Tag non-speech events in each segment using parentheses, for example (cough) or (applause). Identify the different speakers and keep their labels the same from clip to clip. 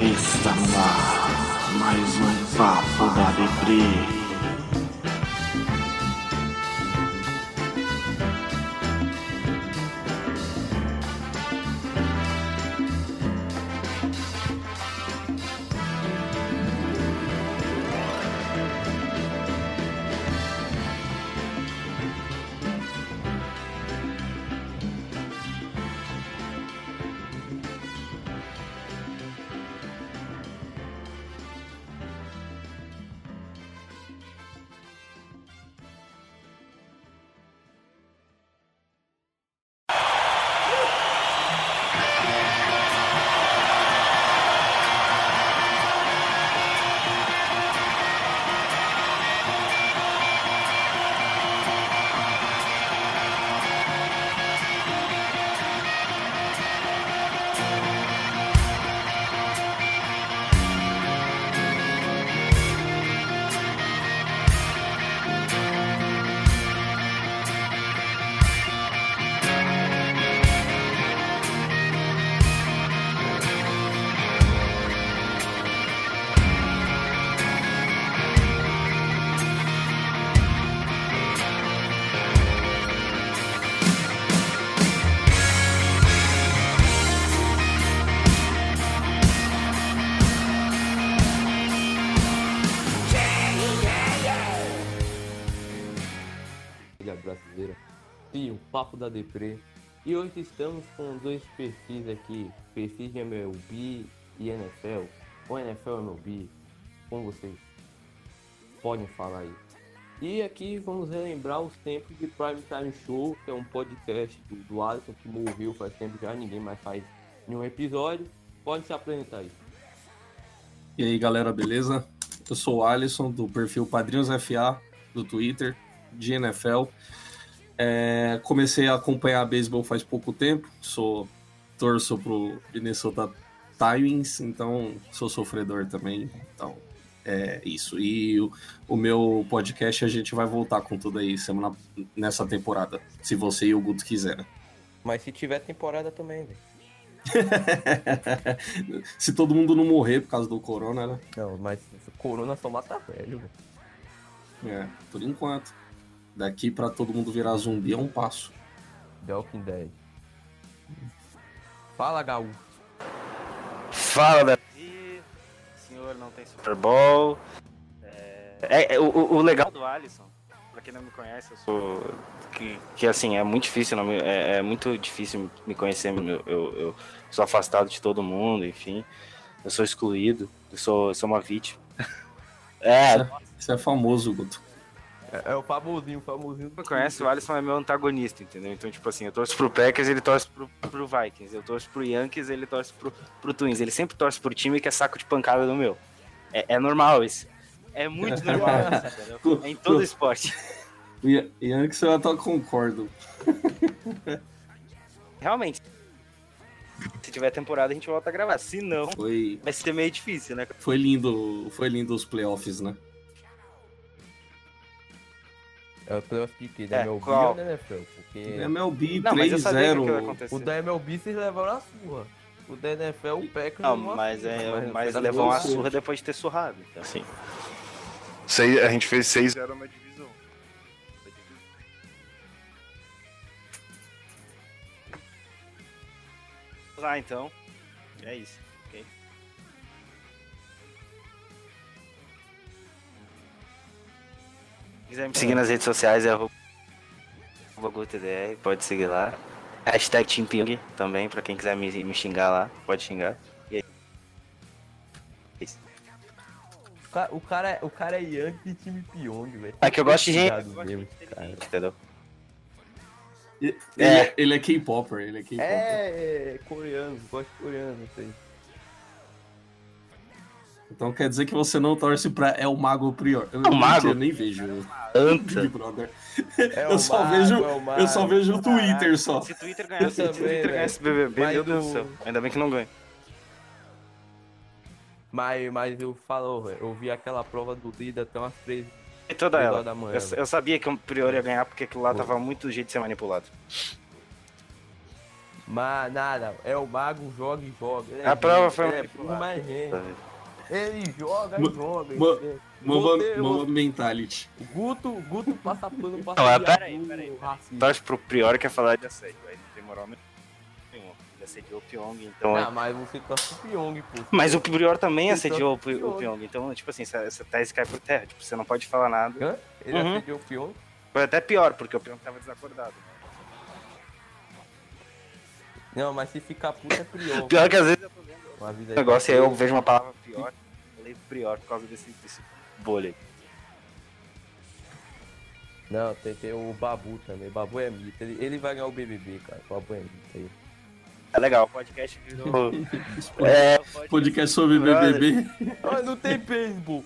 Speaker 1: Está no ar mais um Papo da Deprê.
Speaker 2: família brasileira e o Papo da Deprê. E hoje estamos com dois perfis aqui, perfis de MLB e NFL, ou NFL MLB, é como vocês podem falar aí. E aqui vamos relembrar os tempos de Prime Time Show, que é um podcast do, do Alisson que morreu faz tempo já, ninguém mais faz nenhum episódio. Pode se apresentar aí.
Speaker 3: E aí galera, beleza? Eu sou o Alisson do perfil Padrinhos FA do Twitter, de NFL. É, comecei a acompanhar beisebol faz pouco tempo, sou torço pro Minnesota Twins, então sou sofredor também. Então é isso. E o, o meu podcast a gente vai voltar com tudo aí semana nessa temporada, se você e o Guto quiserem. (laughs)
Speaker 2: Mas se tiver temporada também, velho.
Speaker 3: se todo mundo não morrer por causa do corona, né?
Speaker 2: Não, mas Corona só mata velho, velho.
Speaker 3: É, por enquanto. Daqui pra todo mundo virar zumbi é um passo.
Speaker 2: The Walking Dead. Fala, Gaú.
Speaker 4: Fala, Davi. Senhor, não tem Super Bowl. É, é, o, o legal do Alisson, pra quem não me conhece, eu sou. Que, que assim, é muito difícil, não me- é, é muito difícil me conhecer. Eu, eu- eu sou afastado de todo mundo, enfim. Eu sou excluído, eu sou, eu sou uma vítima. (laughs) É, quem
Speaker 3: Isso é famoso, Guto.
Speaker 2: É, é o famosinho, o famosinho.
Speaker 4: não me conhece, o Alisson é meu antagonista, entendeu? Então, tipo assim, eu torço pro Packers, ele torce pro, pro Vikings. Eu torço pro Yankees, ele torce pro, pro Twins. Ele sempre torce pro time que é saco de pancada do meu. É, é normal isso. É muito normal isso, entendeu? É em todo esporte.
Speaker 3: O Yan- Yankees eu até concordo.
Speaker 4: Realmente. Se tiver temporada, a gente volta a gravar. Se não,
Speaker 3: Foi,
Speaker 4: vai ser meio difícil, né?
Speaker 3: foi lindo, foi lindo os playoffs, né?
Speaker 2: É o playoff de quê? Da
Speaker 4: É,
Speaker 2: MLB
Speaker 4: qual?
Speaker 2: ou da NFL? né, Porque
Speaker 3: É MLB
Speaker 4: Não, mas eu sabia que aquilo ia
Speaker 3: 3-0.
Speaker 4: acontecer.
Speaker 2: o da MLB vocês levaram a surra. O da NFL, o Packers
Speaker 4: Não,
Speaker 2: levou a
Speaker 4: mas,
Speaker 2: surra.
Speaker 4: é, mas,
Speaker 2: foi da
Speaker 4: levou uma
Speaker 2: boa.
Speaker 4: surra depois de ter surrado. Então, assim.
Speaker 5: Seis, a gente fez 6-0 na divisão.
Speaker 4: Ah, então. É isso. ok. Se quiser me seguir nas redes sociais, é arroba arroba GutoDR, pode seguir lá. Hashtag TeamPing também, pra quem quiser me, me xingar lá, pode xingar. E aí? É isso.
Speaker 2: O ca- O cara, é- o cara é Yankee de time Pyong, velho.
Speaker 4: É que eu gosto de gente.
Speaker 2: Obrigado,
Speaker 4: eu gosto de
Speaker 2: Deus,
Speaker 4: gente
Speaker 2: cara.
Speaker 4: inteligente, Entendeu?
Speaker 3: Ele
Speaker 4: É.
Speaker 3: é, ele é K-Popper, ele é K-Popper.
Speaker 2: É, é coreano, gosto de coreano, isso
Speaker 3: (laughs)
Speaker 2: aí.
Speaker 3: Então quer dizer que você não torce pra El Mago Prior. Eu,
Speaker 4: É o Mago?
Speaker 3: Eu nem vejo Big
Speaker 4: (laughs) Anta.
Speaker 3: Brother.
Speaker 2: É
Speaker 3: Eu
Speaker 2: o
Speaker 3: só
Speaker 2: mago,
Speaker 3: vejo-
Speaker 2: é o mago.
Speaker 3: Eu só vejo o Twitter só.
Speaker 4: Se o Twitter ganhar, se o
Speaker 2: Eu também,
Speaker 4: Twitter ganhar esse BBB,
Speaker 2: Mas
Speaker 4: meu Deus do
Speaker 2: o-
Speaker 4: céu. Ainda bem que não ganha.
Speaker 2: Mas, mas eu falo, velho, eu vi aquela prova do Lida até umas três
Speaker 4: E toda
Speaker 2: Três
Speaker 4: ela.
Speaker 2: horas da manhã,
Speaker 4: eu,
Speaker 2: velho.
Speaker 4: eu sabia que o Prior ia ganhar porque aquilo lá
Speaker 2: Boa.
Speaker 4: tava muito jeito de ser manipulado.
Speaker 2: Mas nada, é o mago, joga e joga. Ele é
Speaker 4: A prova
Speaker 2: gênio,
Speaker 4: foi
Speaker 2: ele é
Speaker 4: manipulada. Tá
Speaker 2: burro, mas gênio. Ele joga e
Speaker 3: Ma-
Speaker 2: joga.
Speaker 3: ma-
Speaker 2: entendeu?
Speaker 3: Mama,
Speaker 2: Você-
Speaker 3: mama mentality.
Speaker 2: Guto, Guto passa pano, passa
Speaker 4: Não, é
Speaker 2: viado,
Speaker 4: peraí, peraí, peraí.
Speaker 2: racista.
Speaker 4: Torce pro Prior que é falar de assédio, aí não tem moral nenhuma. Ele assediou o Pyong, então.
Speaker 2: Ah, mas você tá com o Pyong, pô.
Speaker 4: Mas o Prior também
Speaker 2: Então,
Speaker 4: assediou o, Pi- o
Speaker 2: Pyong.
Speaker 4: Pyong, então, tipo assim, essa, essa tese cai por terra, tipo, você não pode falar nada.
Speaker 2: Hã? Ele
Speaker 4: Uhum.
Speaker 2: assediou o Pyong?
Speaker 4: Foi até pior, porque o Pyong tava desacordado.
Speaker 2: Não, mas se ficar puto é Pyong.
Speaker 4: Pior que às vezes eu tô lendo
Speaker 2: Uma vida
Speaker 4: um
Speaker 2: aí.
Speaker 4: negócio e aí eu vejo uma palavra pior, eu leio Prior por causa desse, desse bolha aí.
Speaker 2: Não, tem, tem o Babu também. Babu é mito. Ele, ele vai ganhar o BBB, cara. O Babu é mito aí.
Speaker 4: É legal, o podcast virou. é, o
Speaker 3: Podcast sobre BBB.
Speaker 2: Ah, não tem beisebol.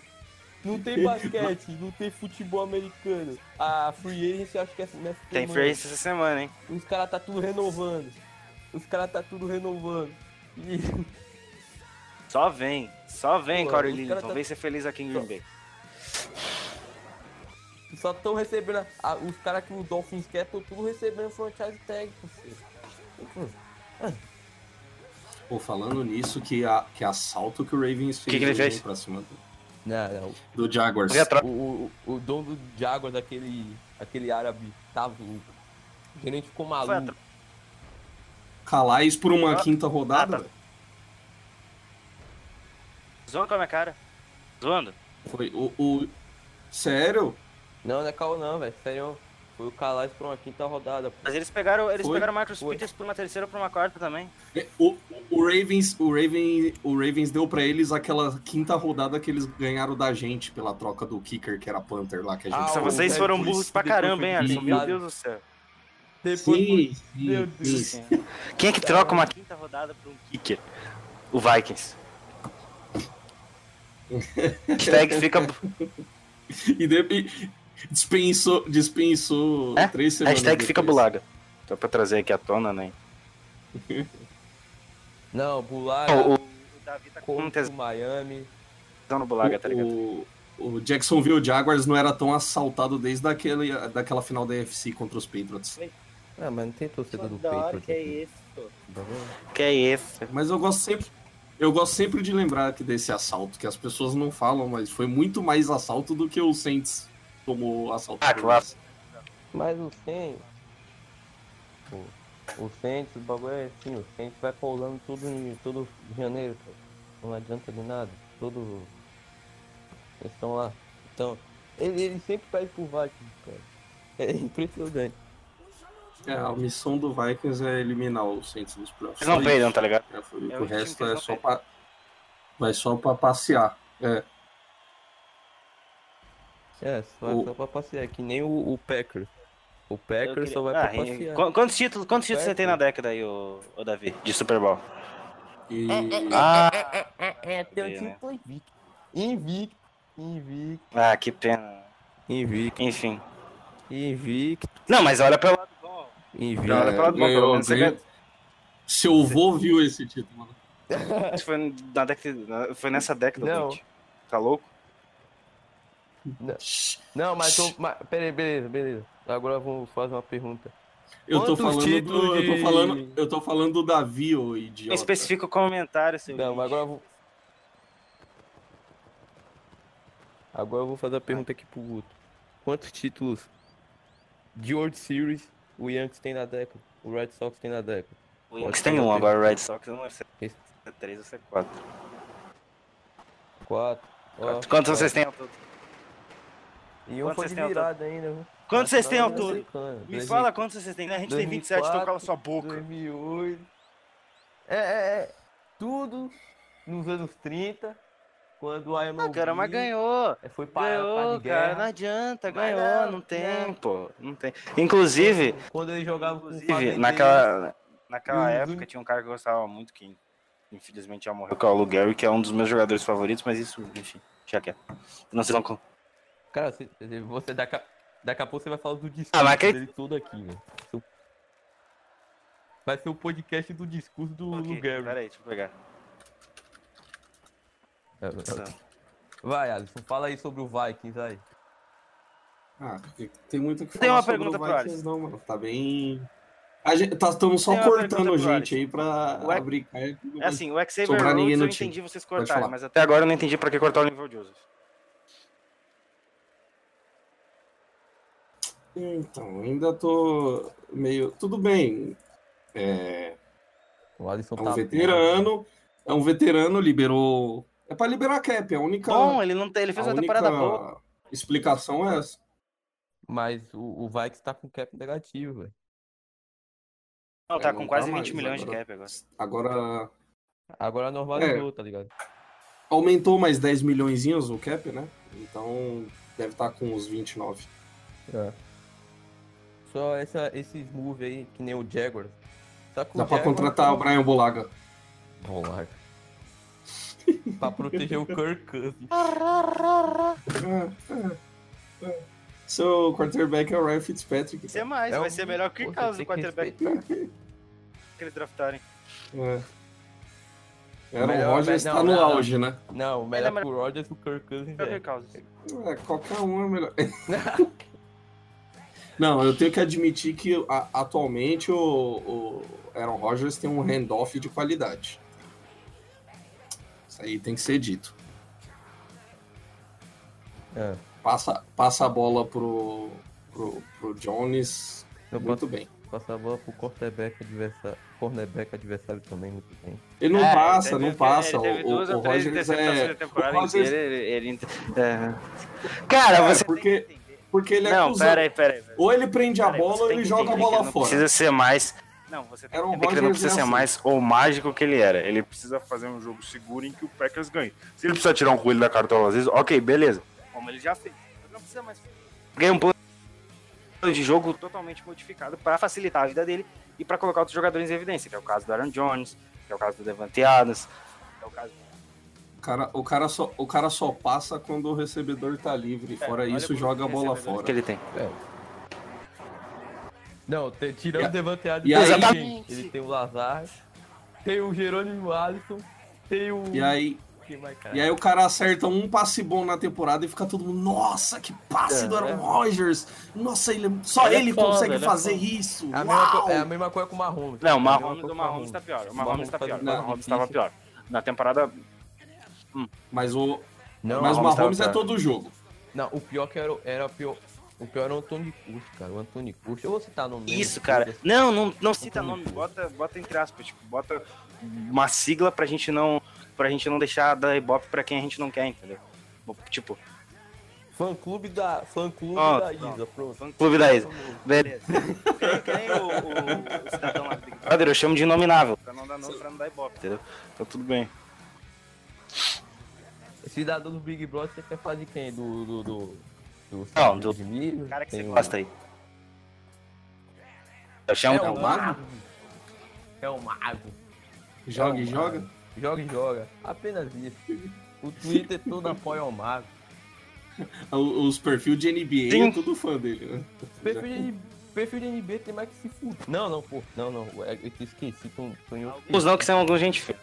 Speaker 2: Não tem basquete, não tem futebol americano. A Free Agency eu acho que é nessa
Speaker 4: Tem
Speaker 2: semana.
Speaker 4: free agency essa semana, hein?
Speaker 2: Os caras tá tudo renovando. Os caras tá tudo renovando. E (laughs)
Speaker 4: Só vem, só vem,
Speaker 2: Pô,
Speaker 4: Corey
Speaker 2: os cara
Speaker 4: Linton,
Speaker 2: tá-
Speaker 4: vem ser é feliz aqui em Green Bay.
Speaker 2: só estão recebendo. a- a- os caras que o Dolphins quer estão tudo recebendo franchise tag, parceiro.
Speaker 3: Pô, falando nisso, que, a, que assalto que o Ravens fez,
Speaker 4: Que que ele
Speaker 3: hoje, hein,
Speaker 4: fez?
Speaker 3: pra cima do,
Speaker 2: Não, não.
Speaker 3: do Jaguars.
Speaker 4: Já troca.
Speaker 2: O, o, o dono do Jaguar daquele aquele árabe tava louco. O gerente ficou
Speaker 4: Foi a
Speaker 2: maluco.
Speaker 4: tro-
Speaker 3: Calais por uma
Speaker 4: Ah,
Speaker 3: quinta rodada.
Speaker 4: tá. Zoando com a minha cara. Zoando?
Speaker 3: Foi o, o- Sério?
Speaker 2: Não, não é Cal não, velho. Sério. Foi o Calais pra uma quinta rodada. pô.
Speaker 4: Mas eles pegaram, eles
Speaker 3: Foi,
Speaker 4: pegaram o Marcus
Speaker 2: foi.
Speaker 4: Peters por uma terceira ou por uma quarta também.
Speaker 3: É, O, o Ravens, o Raven, o Ravens deu pra eles aquela quinta rodada que eles ganharam da gente pela troca do kicker que era Panther lá que a gente.
Speaker 2: Ah,
Speaker 4: Nossa,
Speaker 2: o
Speaker 3: falou.
Speaker 4: vocês
Speaker 2: Zé
Speaker 4: foram
Speaker 2: Cruz
Speaker 4: burros
Speaker 2: que
Speaker 4: pra
Speaker 2: depois
Speaker 4: caramba,
Speaker 2: foi
Speaker 4: hein, Alisson? Meu
Speaker 2: desligado.
Speaker 4: Deus do céu.
Speaker 2: Depois
Speaker 3: Sim, sim,
Speaker 2: Meu Deus.
Speaker 3: sim.
Speaker 4: Sim. Quem é que troca uma quinta rodada por um kicker? O Vikings. Hashtag fica.
Speaker 2: (laughs)
Speaker 3: E, de, e dispensou, dispensou
Speaker 4: É?
Speaker 3: três semanas.
Speaker 4: Hashtag fica
Speaker 3: depois.
Speaker 4: bulaga. Só pra trazer aqui à tona, né?
Speaker 2: Não, Bular
Speaker 4: O, o, o Davi tá com um
Speaker 2: contra
Speaker 4: tesão
Speaker 2: Ah, o Miami.
Speaker 4: no bulaga, tá ligado?
Speaker 3: O, o Jacksonville Jaguars não era tão assaltado desde aquele, daquela final da UFC contra os Patriots.
Speaker 2: Ah, mas não tem torcida do Patriots.
Speaker 4: é
Speaker 2: aqui, tá vendo?
Speaker 4: Que é isso?
Speaker 3: Mas eu gosto sempre. Eu gosto sempre de lembrar que desse assalto, que as pessoas não falam, mas foi muito mais assalto do que o Saints tomou assalto.
Speaker 4: Ah, claro.
Speaker 2: Mas o Saints... pô, O Saints, o bagulho é assim, o Saints vai colando tudo em todo janeiro, cara. Não adianta de nada. Todo... Eles estão lá. Então, ele, ele sempre tá perde pro Vikings, cara. É impressionante.
Speaker 3: É, a missão do Vikings é eliminar o Saints dos playoffs.
Speaker 4: Eles não
Speaker 3: Só
Speaker 4: peidam, tá ligado?
Speaker 3: isso. É, foi-
Speaker 4: É
Speaker 3: o
Speaker 4: um time que
Speaker 3: resto
Speaker 4: eles
Speaker 3: é
Speaker 4: não
Speaker 3: só
Speaker 4: peidam.
Speaker 3: pra, vai só pra passear. É,
Speaker 2: É, só,
Speaker 3: O-
Speaker 2: só pra passear, que nem o, o Packers. É O Packers
Speaker 4: Eu queria-
Speaker 2: só vai
Speaker 4: Ah,
Speaker 2: pra
Speaker 4: hein,
Speaker 2: passear.
Speaker 4: qu- Quantos títulos, quantos títulos você
Speaker 2: Certo.
Speaker 4: tem na década aí, ô, ô Davi, de Super Bowl?
Speaker 3: e
Speaker 4: Ah,
Speaker 2: É, tem um
Speaker 4: Ver,
Speaker 2: time
Speaker 4: né?
Speaker 2: que tá invicto. Invicto. Invicto.
Speaker 4: ah, que pena.
Speaker 2: Invicto.
Speaker 4: Enfim.
Speaker 2: Invicto.
Speaker 4: Não, mas olha pelo lado bom.
Speaker 2: Invicto.
Speaker 4: Cara,
Speaker 3: é,
Speaker 4: fala do Buffalo,
Speaker 3: ganhou,
Speaker 4: mas você
Speaker 3: ganhou.
Speaker 4: ganha-
Speaker 3: Seu avô viu esse título. né?
Speaker 4: Isso foi, na década, foi nessa década,
Speaker 2: Não.
Speaker 4: gente. Tá louco?
Speaker 2: Não, mas tô. Mas, peraí, beleza, beleza. Agora vamos fazer uma pergunta.
Speaker 3: Eu tô
Speaker 2: Quantos
Speaker 3: falando
Speaker 2: títulos
Speaker 3: do, eu tô
Speaker 2: de-
Speaker 3: falando, eu tô falando do Davi, ô idiota.
Speaker 4: Especifica o comentário, seu.
Speaker 2: Não, mas
Speaker 4: lixo.
Speaker 2: agora eu vou. Agora eu vou fazer a pergunta aqui pro Guto. Quantos títulos de World Series o Yankees tem na década? O Red Sox tem na década?
Speaker 4: O Yankees tem um agora, o Red Sox não é
Speaker 2: Isso.
Speaker 4: C3 ou C4.
Speaker 2: Quatro. Ó,
Speaker 4: Quantos
Speaker 2: ó.
Speaker 4: vocês têm ao todo?
Speaker 2: E um
Speaker 4: Quantos
Speaker 2: foi
Speaker 4: vocês
Speaker 2: de
Speaker 4: têm ao
Speaker 2: virada ainda, viu?
Speaker 4: Quantos vocês têm ao todo? Me
Speaker 2: Me
Speaker 4: fala quantos vocês têm, né? A gente tem 27, então
Speaker 2: 2004,
Speaker 4: cala sua boca.
Speaker 2: 2008. É, é, é. Tudo nos anos 30, quando a MLB
Speaker 4: Ah, cara, mas ganhou.
Speaker 2: é, foi para para
Speaker 4: Ganhou,
Speaker 2: de
Speaker 4: cara, não
Speaker 2: guerra.
Speaker 4: adianta,
Speaker 2: Mas
Speaker 4: ganhou,
Speaker 2: não,
Speaker 4: não, tem, pô, não tem. Inclusive,
Speaker 2: Quando ele jogava com o
Speaker 4: inclusive
Speaker 2: Fábio Denis,
Speaker 4: naquela,
Speaker 2: E
Speaker 4: naquela
Speaker 2: os
Speaker 4: época
Speaker 2: únicos-
Speaker 4: tinha um cara que eu gostava muito, que infelizmente já morreu, que é o Lou Gehrig, que é um dos meus jogadores favoritos, mas isso, enfim, já que é. Não sei não,
Speaker 2: Cara, você, você daqui, a, daqui a pouco você vai falar do discurso
Speaker 4: Ah, mas aquele-
Speaker 2: dele todo aqui, velho. Seu- Vai ser o podcast do discurso do
Speaker 4: Ok,
Speaker 2: okay, Gary.
Speaker 4: Peraí, deixa eu pegar.
Speaker 2: É,
Speaker 4: É
Speaker 2: Vai, Alisson, fala aí sobre o Vikings aí.
Speaker 3: Ah, tem- tem muito o que
Speaker 4: Tem uma
Speaker 3: sobre
Speaker 4: pergunta
Speaker 3: o
Speaker 4: pro
Speaker 3: Vikings,
Speaker 4: Alisson.
Speaker 3: não, mano. Tá bem A gente, tá, estamos só
Speaker 4: Tem uma
Speaker 3: cortando
Speaker 4: pergunta pro
Speaker 3: gente aí pra
Speaker 4: Ué?
Speaker 3: abrir carga.
Speaker 4: É assim, o Xavier
Speaker 3: Sobrar ninguém
Speaker 4: Rhodes eu
Speaker 3: no time.
Speaker 4: entendi vocês
Speaker 3: Pode
Speaker 4: cortarem,
Speaker 3: falar.
Speaker 4: mas até agora eu não entendi pra que cortar o nível de Joseph.
Speaker 3: Então, ainda tô meio. Tudo bem. É,
Speaker 2: O Alisson
Speaker 3: é
Speaker 2: tá
Speaker 3: um veterano. É um veterano, liberou. É pra liberar a cap, é a única.
Speaker 4: Bom, ele não tem, ele
Speaker 3: a
Speaker 4: fez uma
Speaker 3: única
Speaker 4: temporada boa.
Speaker 3: explicação é essa.
Speaker 2: Mas o, o Vikes tá com cap negativo, velho.
Speaker 4: Não,
Speaker 3: É,
Speaker 4: tá
Speaker 3: não
Speaker 4: com
Speaker 3: tá
Speaker 4: quase
Speaker 3: mais
Speaker 4: 20 milhões
Speaker 3: agora.
Speaker 4: de cap agora.
Speaker 3: Agora
Speaker 2: Agora normalizou,
Speaker 3: É.
Speaker 2: tá ligado?
Speaker 3: aumentou mais 10 milhões o cap, né? Então deve estar com uns 29.
Speaker 2: É. Só essa, esses move aí, que nem o Jaguars. Só que o
Speaker 3: Dá pra
Speaker 2: Jaguars
Speaker 3: contratar o
Speaker 2: tá-
Speaker 3: Brian Bolaga.
Speaker 2: Bom, (laughs) larga. pra proteger o Kirk Cousins.
Speaker 4: Ah,
Speaker 3: É, é, é. Seu quarterback é o Ryan Fitzpatrick.
Speaker 4: Isso é mais,
Speaker 2: É
Speaker 4: vai
Speaker 2: um-
Speaker 4: ser melhor que o
Speaker 2: Pô,
Speaker 4: Carlos do
Speaker 2: tem que
Speaker 4: quarterback
Speaker 2: respeitar.
Speaker 4: que eles draftarem.
Speaker 3: É. Aaron
Speaker 2: Melhor-
Speaker 3: Rodgers
Speaker 2: não,
Speaker 3: tá no
Speaker 2: não, não.
Speaker 3: auge, né?
Speaker 2: Não,
Speaker 4: Ele é
Speaker 2: melhor
Speaker 4: melhor-
Speaker 2: que o Rodgers e o Kirk Cousins.
Speaker 4: Melhor que
Speaker 2: É.
Speaker 4: o Carlos.
Speaker 3: É, qualquer um é melhor. (laughs) Não, eu tenho que admitir que a- atualmente o, o Aaron Rodgers tem um handoff de qualidade. Isso aí tem que ser dito.
Speaker 2: É.
Speaker 3: Passa, passa a bola pro, pro, pro Jones
Speaker 2: Eu
Speaker 3: muito
Speaker 2: posso
Speaker 3: bem.
Speaker 2: passar a bola pro quarterback adversário, cornerback adversário também, muito bem.
Speaker 3: Ele não
Speaker 4: É,
Speaker 3: passa,
Speaker 4: teve-
Speaker 3: não passa.
Speaker 4: Ele teve
Speaker 3: O,
Speaker 4: duas
Speaker 3: o, o
Speaker 4: ou três
Speaker 3: Rodgers
Speaker 4: interceptações
Speaker 3: é.
Speaker 4: na temporada
Speaker 3: o Rodgers-
Speaker 4: inteira. Ele, ele- é. Cara,
Speaker 3: É,
Speaker 4: você.
Speaker 3: porque-
Speaker 4: tem que entender.
Speaker 3: Porque ele é
Speaker 4: Não,
Speaker 3: acusado.
Speaker 4: peraí, peraí. peraí.
Speaker 3: Ou ele prende a
Speaker 4: Peraí,
Speaker 3: bola
Speaker 4: você
Speaker 3: ou
Speaker 4: tem
Speaker 3: ele
Speaker 4: que
Speaker 3: joga a
Speaker 4: entender que
Speaker 3: bola
Speaker 4: ele
Speaker 3: fora.
Speaker 4: Não precisa ser mais. um Não, você tem que
Speaker 3: Aaron
Speaker 4: entender
Speaker 5: É que ele não
Speaker 3: Rodgers
Speaker 5: precisa
Speaker 3: é
Speaker 5: ser
Speaker 3: assim.
Speaker 5: mais o mágico que ele era. Ele precisa fazer um jogo seguro em que o Packers ganhe. Se ele precisar tirar um coelho da cartola às vezes, ok, beleza. é
Speaker 4: como ele já fez. Ele não precisa mais. Ganha um plano de jogo totalmente modificado para facilitar a vida dele e para colocar outros jogadores em evidência, que é o caso do Aaron Jones, que é o caso do Devante Adams, que é o caso
Speaker 3: O cara, o, cara só, o cara só passa quando o recebedor tá livre. Fora
Speaker 4: olha
Speaker 3: isso,
Speaker 4: quantos
Speaker 3: joga a bola
Speaker 4: recebedores que
Speaker 3: fora.
Speaker 4: ele tem.
Speaker 2: É. Não, te- tirando
Speaker 3: E a-
Speaker 2: o Devante Adams,
Speaker 3: e
Speaker 2: ele tem
Speaker 4: exatamente.
Speaker 2: quem? ele tem o Lazar, tem o Jerônimo Alisson, tem o...
Speaker 3: E aí,
Speaker 2: Quem mais, cara?
Speaker 3: e aí o cara acerta um passe bom na temporada e fica todo mundo, nossa, que passe
Speaker 2: É,
Speaker 3: do Aaron
Speaker 2: é.
Speaker 3: Rodgers! Nossa, ele, só
Speaker 2: Ele é
Speaker 3: ele
Speaker 2: foda,
Speaker 3: consegue
Speaker 2: ele é
Speaker 3: fazer
Speaker 2: foda."
Speaker 3: isso!
Speaker 2: É a, mesma
Speaker 3: Uau!
Speaker 2: co- é a mesma coisa com o Mahomes.
Speaker 4: Não, o
Speaker 2: É a mesma coisa
Speaker 4: Mahomes, o
Speaker 2: com
Speaker 4: Mahomes tá pior. O Mahomes tá pior. O
Speaker 2: Não,
Speaker 4: Mahomes
Speaker 2: difícil.
Speaker 4: estava pior. Na temporada.
Speaker 3: Mas o,
Speaker 2: Não,
Speaker 3: mas o
Speaker 4: Mahomes tá-
Speaker 3: Mahomes é
Speaker 4: tá.
Speaker 3: todo jogo.
Speaker 2: Não, o pior que era, era pior. O pior era o Antônio Custo, cara. O Antônio Custo. Eu vou citar no né? mesmo.
Speaker 4: Isso, cara.
Speaker 2: Custo.
Speaker 4: Não, não, não cita nome. Bota, bota entre aspas, tipo, bota uma sigla pra gente não. Pra gente não deixar dar ibope pra quem a gente não quer, entendeu? Tipo,
Speaker 2: Fã clube da. Fã clube
Speaker 4: Ó,
Speaker 2: da
Speaker 4: não.
Speaker 2: Isa, pronto.
Speaker 4: fã clube da Isa.
Speaker 2: Famoso.
Speaker 4: Beleza. Que, que nem o, o- o cidadão lá do Big Brother, eu chamo de inominável. Pra não dar nome, pra não dar ibope, entendeu? Então tudo bem.
Speaker 2: Cidadão do Big Brother, você quer fazer quem? Do. Do. Do. do
Speaker 4: Não,
Speaker 2: do
Speaker 4: do-
Speaker 2: Milho?
Speaker 4: Cara que você
Speaker 2: Tem um o-
Speaker 4: gosta aí. um Eu chamo
Speaker 3: É o Mago?
Speaker 2: É o Mago.
Speaker 3: Joga e
Speaker 2: É o
Speaker 3: joga.
Speaker 2: Mago. Joga e joga. Apenas isso. O Twitter todo apoia o Mago.
Speaker 3: é O- Os perfis de NBA
Speaker 4: Sim.
Speaker 3: é tudo fã dele, né?
Speaker 2: Perfil de, N- perfil de NB tem mais que se fuder. Não, não, pô. Não, não. Eu eu te esqueci. Tô, tô em outro-
Speaker 4: Alguns não que são alguns gente (laughs) feia.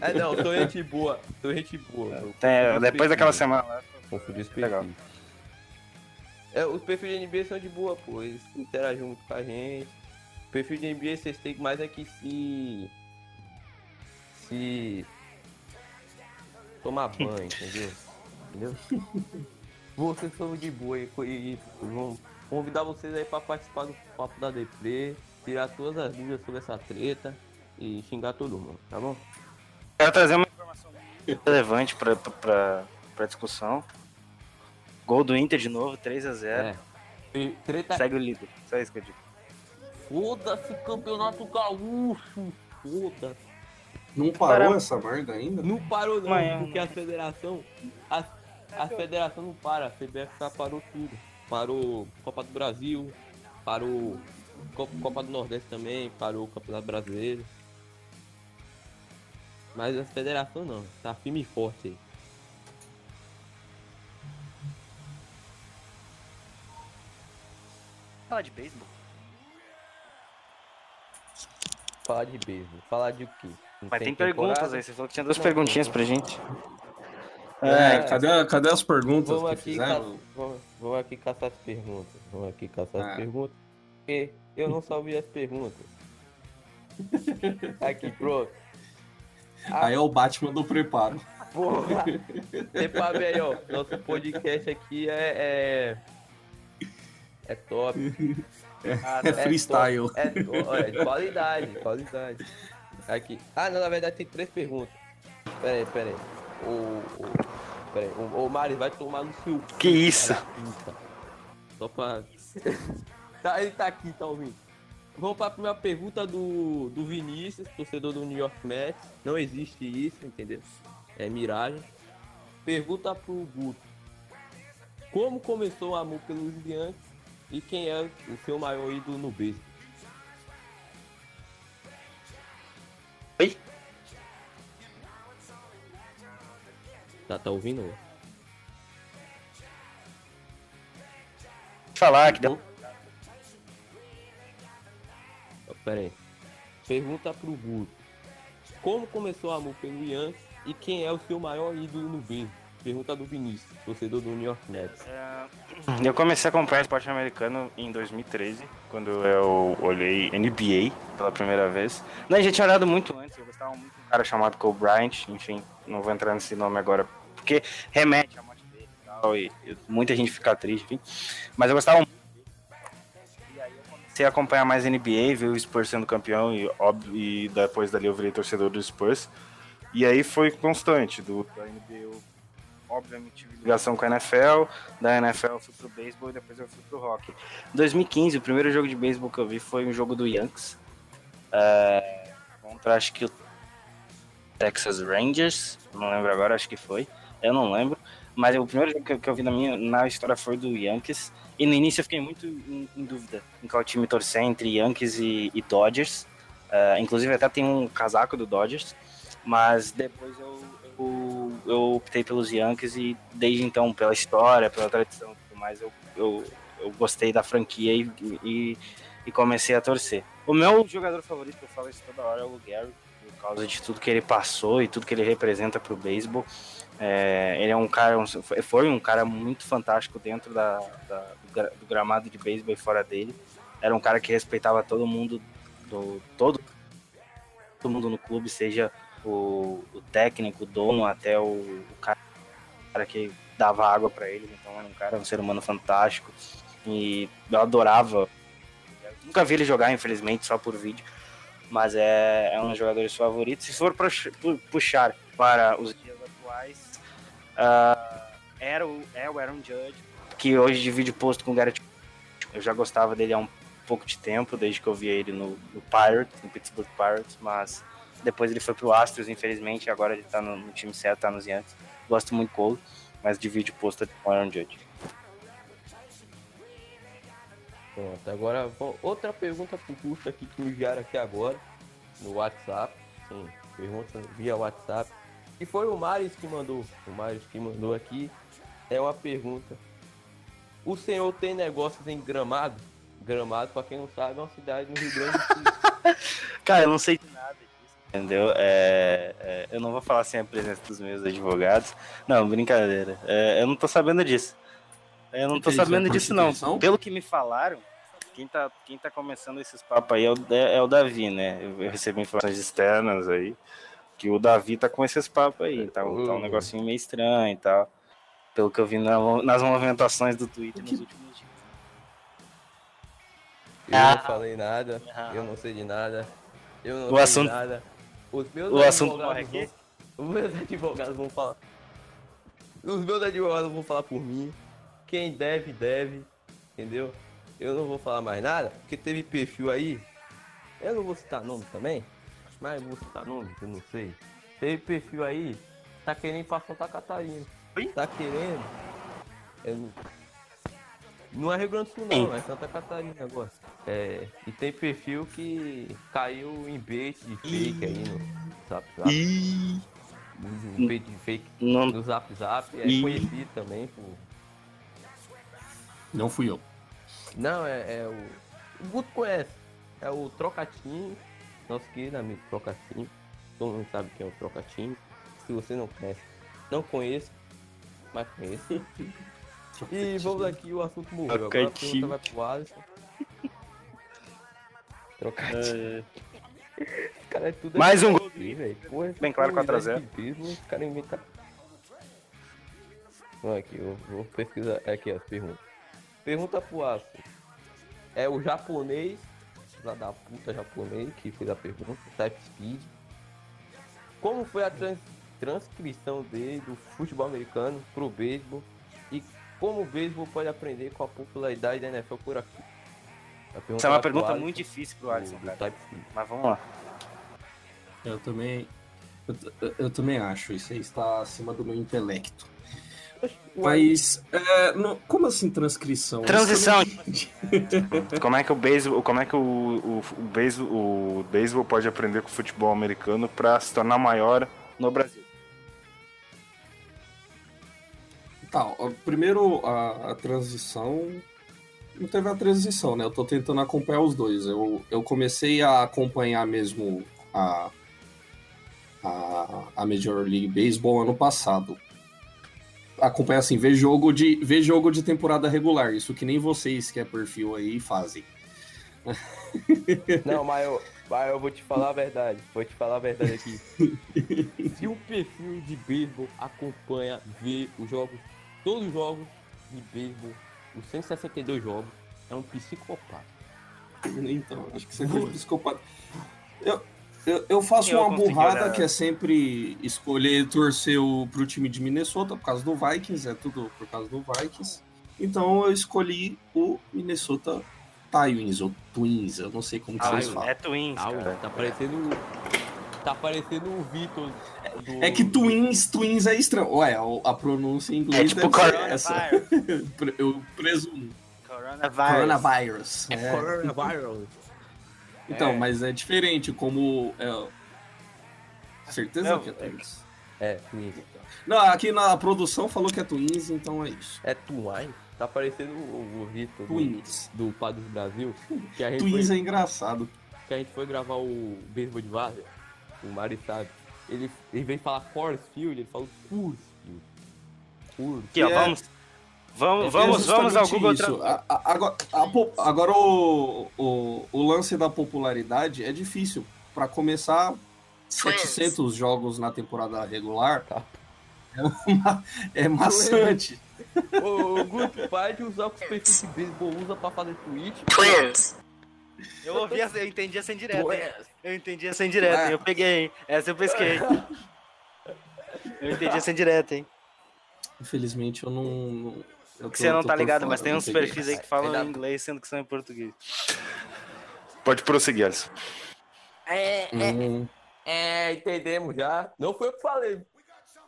Speaker 2: É, não, tô gente boa. Tô gente boa. Eu
Speaker 4: Tem-
Speaker 2: confundi
Speaker 4: É, Depois
Speaker 2: os
Speaker 4: daquela
Speaker 2: perfis.
Speaker 4: semana lá.
Speaker 2: Confundi os perfis.
Speaker 4: Legal.
Speaker 2: É, os perfis de NBA são de boa, pô. Eles interagem muito com a gente. Perfil de NBA vocês têm mais é que se. Se. Tomar banho, entendeu? Entendeu? Vocês são de boa e, e vão convidar vocês aí pra participar do papo da DP, tirar todas as dúvidas sobre essa treta e xingar todo mundo, tá bom?
Speaker 4: Quero trazer uma informação relevante pra, pra- pra, pra discussão. Gol do Inter de novo, 3x0.
Speaker 2: É. E treta
Speaker 4: Segue o líder. Só isso que eu digo.
Speaker 2: Foda-se campeonato gaúcho! Foda-se!
Speaker 3: Não parou
Speaker 4: Cara-
Speaker 3: essa merda ainda?
Speaker 2: Não parou não,
Speaker 4: Amanhã,
Speaker 2: porque a federação. A, a federação não para, a CBF já parou tudo. Parou Copa do Brasil, parou Co- Copa do Nordeste também, parou o Campeonato Brasileiro. Mas a federação não, tá firme e forte aí.
Speaker 4: Fala de beisebol.
Speaker 2: Falar de beijo, falar de o quê? Não
Speaker 4: Mas tem, perguntas
Speaker 2: temporada?
Speaker 4: aí. Você falou que tinha duas perguntinhas pra gente.
Speaker 3: É, cadê, cadê as perguntas
Speaker 2: Vamos
Speaker 3: que
Speaker 2: aqui, tá.
Speaker 3: fizeram?
Speaker 2: ca- vamos, vamos aqui caçar as perguntas. Vamos aqui caçar as
Speaker 3: É.
Speaker 2: perguntas. porque eu não salvei as perguntas. Aqui, pronto.
Speaker 3: Aí é o Batman do preparo.
Speaker 2: Porra! Repare aí, ó. Nosso podcast aqui é. É, é top.
Speaker 4: Ah,
Speaker 3: É freestyle.
Speaker 2: É, to- é qualidade, qualidade. Aqui. Ah, não, na verdade tem três perguntas. Pera aí, pera aí. O. o pera aí. O, o Mari vai tomar no seu. cu,
Speaker 4: Que isso?
Speaker 2: filho da puta. Só pra. (laughs) tá, ele tá aqui, tá ouvindo? Vamos pra primeira pergunta do, do Vinícius, torcedor do New York Mets. Não existe isso, entendeu? É miragem. Pergunta pro Guto. Como começou o amor pelos gigantes e quem é o seu maior ídolo no beisebol?
Speaker 4: Oi?
Speaker 2: Tá, tá ouvindo?
Speaker 4: Deixa eu falar que deu.
Speaker 2: Ó, Pera aí. Pergunta pro Guto. Como começou o amor pelo Yankees e quem é o seu maior ídolo no beisebol? Pergunta do Vinícius, torcedor do New York Mets.
Speaker 4: Eu comecei a comprar esporte americano em 2013, quando eu olhei NBA pela primeira vez. Não, eu já tinha olhado muito antes, eu gostava muito de um cara chamado Kobe Bryant, enfim, não vou entrar nesse nome agora, porque remete à morte dele e tal, e e muita gente fica triste, enfim. Mas eu gostava muito dele. E aí eu comecei a acompanhar mais NBA, ver o Spurs sendo campeão, e, óbvio, e depois dali eu virei torcedor do Spurs. E aí foi constante, do, da NBA eu obviamente tive ligação com a NFL, da NFL, eu fui pro beisebol e depois eu fui pro rock. Em 2015, o primeiro jogo de beisebol que eu vi foi um jogo do Yankees é, contra, acho que o Texas Rangers, não lembro agora, acho que foi, eu não lembro. Mas o primeiro jogo que eu, que eu vi na minha na história foi do Yankees. E no início eu fiquei muito em, em dúvida em qual time torcer entre Yankees e, e Dodgers. É, inclusive até tem um casaco do Dodgers. Mas depois eu, eu, eu optei pelos Yankees e desde então, pela história, pela tradição e tudo mais, eu, eu, eu gostei da franquia e, e, e comecei a torcer. O meu jogador favorito, eu falo isso toda hora, é o Lou Gehrig, por causa de tudo que ele passou e tudo que ele representa para o beisebol. É, ele é um cara, um- foi um cara muito fantástico dentro da, da- do, gra- do gramado de beisebol e fora dele. Era um cara que respeitava todo mundo, do, todo, todo mundo no clube, seja o, o técnico, o dono, até o, o cara, o cara que dava água para ele. Então era um cara, um ser humano fantástico. E eu adorava. Nunca vi ele jogar, infelizmente, só por vídeo. Mas é, é um dos jogadores favoritos. Se for pra ch- pu- puxar para os dias atuais, ah, era o, é o Aaron Judge, que hoje divide posto com o Garrett. Cole. Eu já gostava dele há um pouco de tempo, desde que eu via ele no, no Pirates, no Pittsburgh Pirates, mas depois ele foi pro Astros, infelizmente, agora ele tá no, no time certo, tá nos Yankees. Gosto muito do Cole, mas divide o posto com o Aaron Judge.
Speaker 2: Pronto, agora vo- outra pergunta pro curso aqui que me enviaram aqui agora, no WhatsApp. Sim, pergunta via WhatsApp. E foi o Marius que mandou. O Marius que mandou aqui. É uma pergunta. O senhor tem negócios em Gramado? Gramado, pra quem não sabe, é uma cidade no Rio Grande do Sul.
Speaker 4: Cara, eu não sei de nada disso. Entendeu? É, é, eu não vou falar sem a presença dos meus advogados. Não, brincadeira. É, eu não tô sabendo disso. Eu não tô
Speaker 3: Interdição
Speaker 4: sabendo
Speaker 3: por
Speaker 4: disso, não.
Speaker 3: interdição?
Speaker 4: Pelo que me falaram, quem tá, quem tá começando esses papos aí é o, é, é o Davi, né? Eu, eu recebi informações externas aí que o Davi tá com esses papos aí. Tá, um- tá um
Speaker 2: Hum.
Speaker 4: negocinho meio estranho e tal. Pelo que eu vi na- nas movimentações do Twitter nos últimos dias.
Speaker 2: Eu
Speaker 4: Ah.
Speaker 2: não falei nada, eu não sei de nada. Eu não
Speaker 4: O
Speaker 2: sei
Speaker 4: assunto-
Speaker 2: de nada. Os meus
Speaker 4: o assunto
Speaker 2: advogados
Speaker 4: morre aqui?
Speaker 2: vão- Os meus (laughs) advogados vão falar. Os meus advogados vão falar por mim. Quem deve, deve. Entendeu? Eu não vou falar mais nada, porque teve perfil aí. Eu não vou citar nome também, mas vou citar nome, que eu não sei. Teve perfil aí, tá querendo ir pra Santa Catarina.
Speaker 4: Oi?
Speaker 2: Tá querendo. É, não- não é Rio Grande do Sul, não, é Santa Catarina agora. É, e tem perfil que caiu em bait de fake aí no Zap Zap. Em bait de fake
Speaker 4: Não
Speaker 2: no Zap Zap. É
Speaker 4: Ih.
Speaker 2: conhecido também por.
Speaker 3: Não fui eu.
Speaker 2: Não, é, é o. O Guto conhece. É o Trocatinho. Nosso querido né, amigo Trocatinho. Todo mundo sabe quem é o Trocatinho. Se você não conhece, não conheço, mas conheço. E vamos aqui, o assunto morreu. Agora a pergunta
Speaker 4: Trocatinho.
Speaker 2: vai pro Alisson. Trocadilho. Esse cara é tudo
Speaker 4: Mais um
Speaker 2: gol. Porra, é
Speaker 4: Bem claro, 4 a 0.
Speaker 2: Ativismo, os caras inventam. Não, aqui, eu vou pesquisar. Aqui, as perguntas. Pergunta pro Aço. É o japonês, lá da puta japonês, que fez a pergunta, Type Speed. Como foi a trans- transcrição dele do futebol americano pro beisebol? E como o beisebol pode aprender com a popularidade da NFL por aqui? A pergunta
Speaker 4: Essa é
Speaker 2: lá
Speaker 4: uma
Speaker 2: pro
Speaker 4: pergunta
Speaker 2: Alisson,
Speaker 4: muito difícil pro
Speaker 2: do-
Speaker 4: Alisson,
Speaker 2: do
Speaker 4: cara.
Speaker 2: Type Speed.
Speaker 4: Mas vamos lá.
Speaker 3: Eu também. Eu, t- eu também acho, isso aí está acima do meu intelecto. Mas, é, não- como assim transcrição?
Speaker 4: Transição. Como é que o beisebol, como é que o, o, o, beisebol, o beisebol pode aprender com o futebol americano pra se tornar maior no Brasil?
Speaker 3: Tá, ó, primeiro a, a transição. Não teve a transição, né? Eu tô tentando acompanhar os dois. Eu, eu comecei a acompanhar mesmo a, a, a Major League Baseball ano passado. Acompanhar assim, ver jogo de ver jogo de temporada regular, isso que nem vocês que é perfil aí fazem.
Speaker 2: Não, mas eu, mas eu vou te falar a verdade. Vou te falar a verdade
Speaker 3: (laughs)
Speaker 2: aqui. Se o perfil de beisebol acompanha, vê os jogos, todos os jogos de beisebol, os 162 jogos, é um psicopata.
Speaker 3: (laughs) Então, acho que você foi psicopata. Eu, eu, eu faço
Speaker 4: Eu
Speaker 3: uma
Speaker 4: consegui
Speaker 3: burrada
Speaker 4: olhar.
Speaker 3: que é sempre escolher torcer o, pro time de Minnesota por causa do Vikings, é tudo por causa do Vikings. Então eu escolhi o Minnesota Twins, ou Twins, eu não sei como que
Speaker 2: Ah,
Speaker 3: vocês
Speaker 2: eu-
Speaker 3: falam.
Speaker 4: É Twins,
Speaker 2: Ah,
Speaker 4: cara.
Speaker 2: tá parecendo. Tá parecendo o Vitor. do-
Speaker 3: É que Twins, Twins é estranho. Ué, o- a pronúncia em inglês
Speaker 4: É tipo
Speaker 3: deve ser
Speaker 4: Corona
Speaker 3: essa.
Speaker 4: Virus.
Speaker 3: Pre- Eu presumo.
Speaker 4: Corona Virus.
Speaker 3: Coronavirus.
Speaker 2: É
Speaker 3: É.
Speaker 2: coronavirus.
Speaker 3: Então,
Speaker 2: É.
Speaker 3: mas é diferente como... é, certeza
Speaker 4: Não,
Speaker 3: que é
Speaker 4: é-
Speaker 3: Twins.
Speaker 2: É, Twins.
Speaker 3: Não, aqui na produção falou que é Twins, então é isso.
Speaker 2: É Twine? Tá parecendo o, o Vitor do,
Speaker 3: Twins.
Speaker 2: do Padre do Brasil. Que a gente foi-
Speaker 3: Twins é engraçado.
Speaker 2: que a gente foi gravar o beisebol de Várzea, o Mari sabe, ele, ele veio falar Force Field, ele falou Force Field. Force.
Speaker 4: Aqui, ó,
Speaker 3: É.
Speaker 4: vamos. Vamos,
Speaker 2: É
Speaker 4: vamos, vamos ao Google
Speaker 3: isso.
Speaker 4: Trans-
Speaker 3: A- a- Agora, a po- agora o, o, o lance da popularidade é difícil. Pra começar, 700 jogos na temporada regular
Speaker 2: Tá.
Speaker 3: (laughs) é, uma- é maçante.
Speaker 2: O, o Guto Pad usar o que os perfis de beisebol usa pra fazer tweet.
Speaker 6: Twins.
Speaker 4: Eu ouvi, essa- eu entendi essa indireta, hein?
Speaker 2: Twins.
Speaker 4: Eu entendi essa indireta, hein? Eu peguei, hein? Essa
Speaker 3: (laughs)
Speaker 4: eu pesquei. Eu entendi essa indireta, hein?
Speaker 3: Infelizmente, eu não. não- eu
Speaker 4: Que
Speaker 3: tô-
Speaker 4: você não
Speaker 3: tô
Speaker 4: tá
Speaker 3: por
Speaker 4: ligado,
Speaker 3: fora,
Speaker 4: mas tem
Speaker 3: não
Speaker 4: uns
Speaker 3: peguei.
Speaker 4: perfis aí que falam em inglês, sendo que são em português.
Speaker 5: Pode prosseguir, Alisson.
Speaker 6: É, é,
Speaker 3: Hum,
Speaker 2: É, entendemos já. Não foi eu que falei.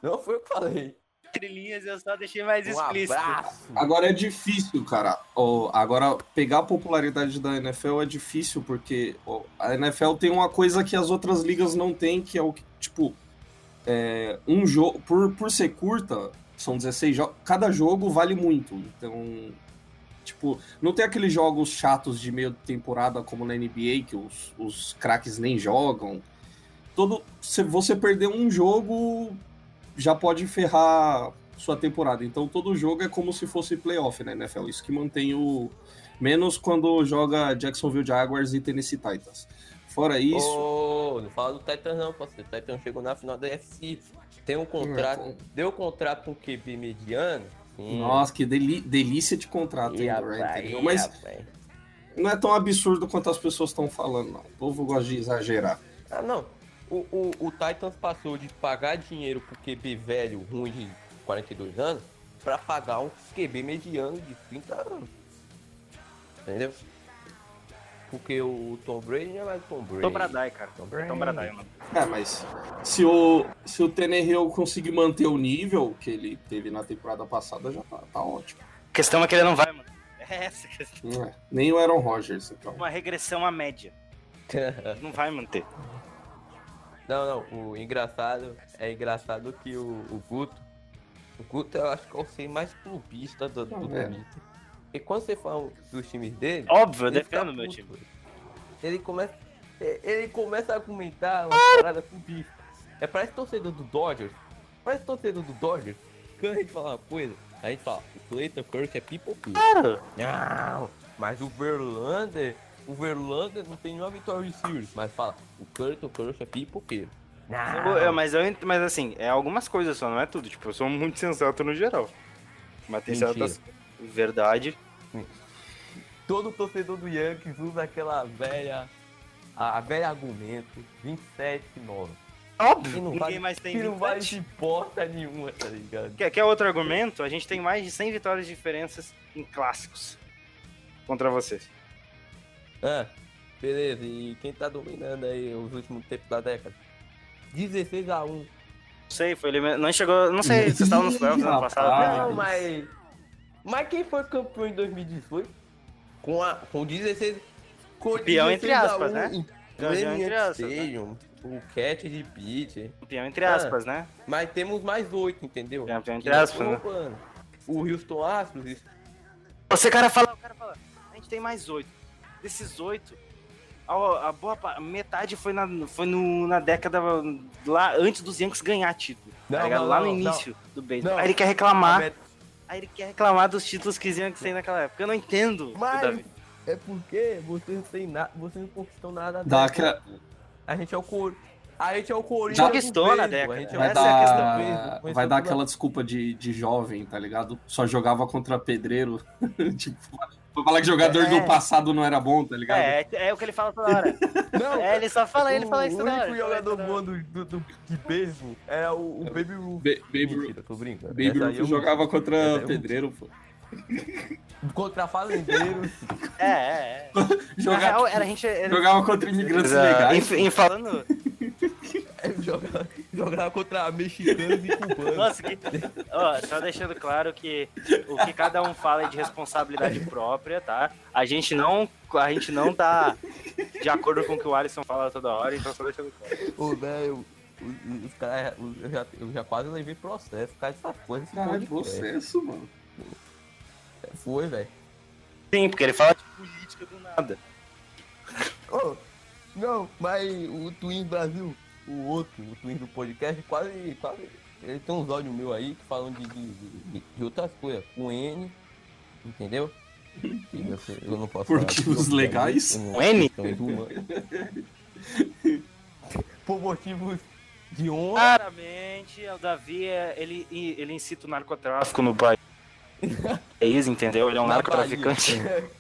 Speaker 2: Não foi eu que falei.
Speaker 4: Entre linhas, eu só deixei mais
Speaker 2: Um
Speaker 4: explícito.
Speaker 2: abraço.
Speaker 3: Agora é difícil, cara. Ó, agora, pegar a popularidade da NFL é difícil, porque ó, a NFL tem uma coisa que as outras ligas não têm, que é o que, tipo, é, um jogo. Por, por ser curta, são 16 jogos. Cada jogo vale muito. Então, tipo, não tem aqueles jogos chatos de meio de temporada como na NBA, que os, os craques nem jogam. Todo, se você perder um jogo, já pode ferrar sua temporada. Então todo jogo é como se fosse playoff né, na NFL. Isso que mantém o. Menos quando joga Jacksonville Jaguars e Tennessee Titans. Fora isso.
Speaker 2: Ô, não fala do Titan não, parceiro. O Titan chegou na final da FC. Tem um contrato. Deu contrato com o QB mediano. Sim.
Speaker 3: Nossa, que deli- delícia de contrato,
Speaker 2: Ih,
Speaker 3: hein,
Speaker 2: Oh. rapaz,
Speaker 3: Brian
Speaker 2: ih,
Speaker 3: Tannehill? Mas
Speaker 2: rapaz.
Speaker 3: não é tão absurdo quanto as pessoas estão falando, não. O povo gosta de exagerar.
Speaker 2: Ah, não. O, o, o Titans passou de pagar dinheiro pro QB velho ruim de 42 anos pra pagar um QB mediano de 30 anos. Entendeu? Porque o Tom Brady não é mais o Tom Brady.
Speaker 4: Tom Bradai, cara.
Speaker 2: Tom Brady.
Speaker 4: Tom Bradai, mano.
Speaker 3: É, mas se o, se o Tannehill conseguir manter o nível que ele teve na temporada passada, já tá, tá ótimo.
Speaker 4: A questão é que ele não vai, mano. É essa a questão.
Speaker 3: Não é. Nem o Aaron Rodgers, então.
Speaker 4: Uma regressão à (laughs) média. Ele Não vai manter.
Speaker 2: não, não. O engraçado é engraçado que o, o Guto. O Guto eu acho que é o ser mais clubista do, do
Speaker 3: Ah, é.
Speaker 2: Twitter. E quando você fala dos times dele.
Speaker 4: Óbvio,
Speaker 2: Ele
Speaker 4: deve ficar
Speaker 2: fica
Speaker 4: no meu
Speaker 2: puto,
Speaker 4: time.
Speaker 2: velho. Ele começa, é, ele começa a comentar uma parada com bife. É parece torcedor do Dodgers. Parece torcedor do Dodgers. Quando a gente fala uma coisa, a gente fala, o Clayton Kirk é pipoquinho.
Speaker 4: Claro.
Speaker 2: Não, mas o Verlander o Verlander não tem nenhuma vitória em series, mas fala, o Kurt, o Kurt é pipoqueiro. é,
Speaker 4: Eu- eu- mas, eu, ent- mas assim, é algumas coisas só, não é tudo. Tipo, eu sou muito sensato no geral. Mas tem
Speaker 2: Mentira.
Speaker 4: certas. Verdade.
Speaker 2: Todo torcedor do Yankees usa aquela velha, a, a velha argumento, 27-9.
Speaker 4: Óbvio,
Speaker 2: Que não
Speaker 4: ninguém
Speaker 2: vale-
Speaker 4: mais tem
Speaker 2: Que não vale
Speaker 4: 27.
Speaker 2: de porta nenhuma, tá ligado?
Speaker 4: Quer, quer outro argumento? A gente tem mais de 100 vitórias de diferenças em clássicos contra vocês.
Speaker 2: Ah, beleza, e quem tá dominando aí os últimos tempos da década? 16 a 1.
Speaker 4: Não sei, foi ele Não chegou. Não sei, vocês estavam nos playoffs (laughs) ano
Speaker 3: Ah,
Speaker 4: passado. né?
Speaker 2: não,
Speaker 3: isso.
Speaker 2: mas. Mas quem foi campeão em 2018? Com, a, com 16. Com
Speaker 4: Campeão entre
Speaker 2: 16 a
Speaker 4: aspas,
Speaker 2: 1,
Speaker 4: né?
Speaker 2: em
Speaker 4: Campeão
Speaker 2: Premier
Speaker 4: entre aspas, né?
Speaker 2: Stadium, O Cat de Pitt.
Speaker 4: Campeão entre aspas, né?
Speaker 2: Mas temos mais oito, entendeu?
Speaker 4: Campeão entre
Speaker 2: Que não
Speaker 4: aspas,
Speaker 2: foi
Speaker 4: né?
Speaker 2: roubando. O Houston Astros.
Speaker 4: Você, cara, fala, o cara fala, a gente tem mais oito. Desses oito, a, a boa pa- metade foi, na, foi no, na década lá antes dos Yankees ganhar título. tá
Speaker 2: Não,
Speaker 4: ligado?
Speaker 2: não,
Speaker 4: lá
Speaker 2: não,
Speaker 4: no início do beisebol.
Speaker 2: Não.
Speaker 4: Aí ele quer reclamar,
Speaker 2: Mas-
Speaker 4: aí ele quer reclamar dos títulos que os Yankees têm naquela época. Eu não entendo.
Speaker 2: Mas
Speaker 4: Davi.
Speaker 2: é porque vocês não tem nada. Vocês não conquistam nada
Speaker 3: Dá
Speaker 4: é
Speaker 2: dessa.
Speaker 3: aquela-
Speaker 2: A gente é o Cor... A gente é o Corinthians.
Speaker 4: Já
Speaker 2: do
Speaker 4: conquistou na
Speaker 2: beisebol, a
Speaker 4: década.
Speaker 2: gente é o
Speaker 3: Vai
Speaker 4: Essa é a questão
Speaker 2: do beisebol,
Speaker 3: dar,
Speaker 2: conheceu
Speaker 3: vai dar
Speaker 2: tudo.
Speaker 3: aquela desculpa de, de jovem, tá ligado? Só jogava contra pedreiro. (laughs) tipo, pra falar que jogador
Speaker 4: É.
Speaker 3: do passado não era bom, tá ligado?
Speaker 4: É, é, é o que ele fala toda hora.
Speaker 2: Não,
Speaker 4: é, ele só fala, ele fala isso
Speaker 2: o
Speaker 4: toda hora.
Speaker 2: único
Speaker 4: ele fala isso
Speaker 2: jogador
Speaker 4: toda hora.
Speaker 2: bom do, do, do, de beisebol era o, o Baby Ruth.
Speaker 3: Ba- É Baby Ruth-
Speaker 2: Mentira, tô brincando.
Speaker 3: Baby
Speaker 4: é
Speaker 2: Essa aí
Speaker 3: Ruth
Speaker 4: um-
Speaker 2: eu-
Speaker 3: jogava
Speaker 2: essa
Speaker 3: contra
Speaker 2: aí eu-
Speaker 3: pedreiro, pô.
Speaker 2: Contra (laughs) fazendeiros.
Speaker 4: É, é, é. Na
Speaker 3: Joga-
Speaker 4: real, é, né? era a gente. era-
Speaker 3: Jogava contra imigrantes
Speaker 4: Ah,
Speaker 3: legais.
Speaker 4: enfim, falando.
Speaker 2: jogava, é, jogava contra mexicanos e cubanos.
Speaker 4: Nossa, que... Ó, só deixando claro que o que cada um fala é de responsabilidade própria, tá? A gente não, a gente não tá de acordo com o que o Alisson fala toda hora, então só deixando claro.
Speaker 2: Ô, velho, os- os caras. os- Eu já, eu já quase levei processo por causa dessas coisas.
Speaker 3: Caralho, processo, mano.
Speaker 2: Foi, velho.
Speaker 4: Sim, porque ele fala de política do nada.
Speaker 2: Ô, não, mas o Twin Brasil, o outro, o Twin do podcast, quase. quase ele tem uns áudios meu aí que falam de, de, de- de outras coisas, com N, entendeu? E você- eu não posso falar
Speaker 3: Motivos
Speaker 2: aqui,
Speaker 3: legais?
Speaker 2: eu não-
Speaker 4: Com N?
Speaker 2: questões humanas. Por motivos de
Speaker 4: Ah,
Speaker 2: honra.
Speaker 4: Claramente, o Davi, é- ele, ele incita o narcotráfico no país. É isso, entendeu? Ele é um
Speaker 2: na (laughs)
Speaker 4: narcotraficante.
Speaker 2: Bahia.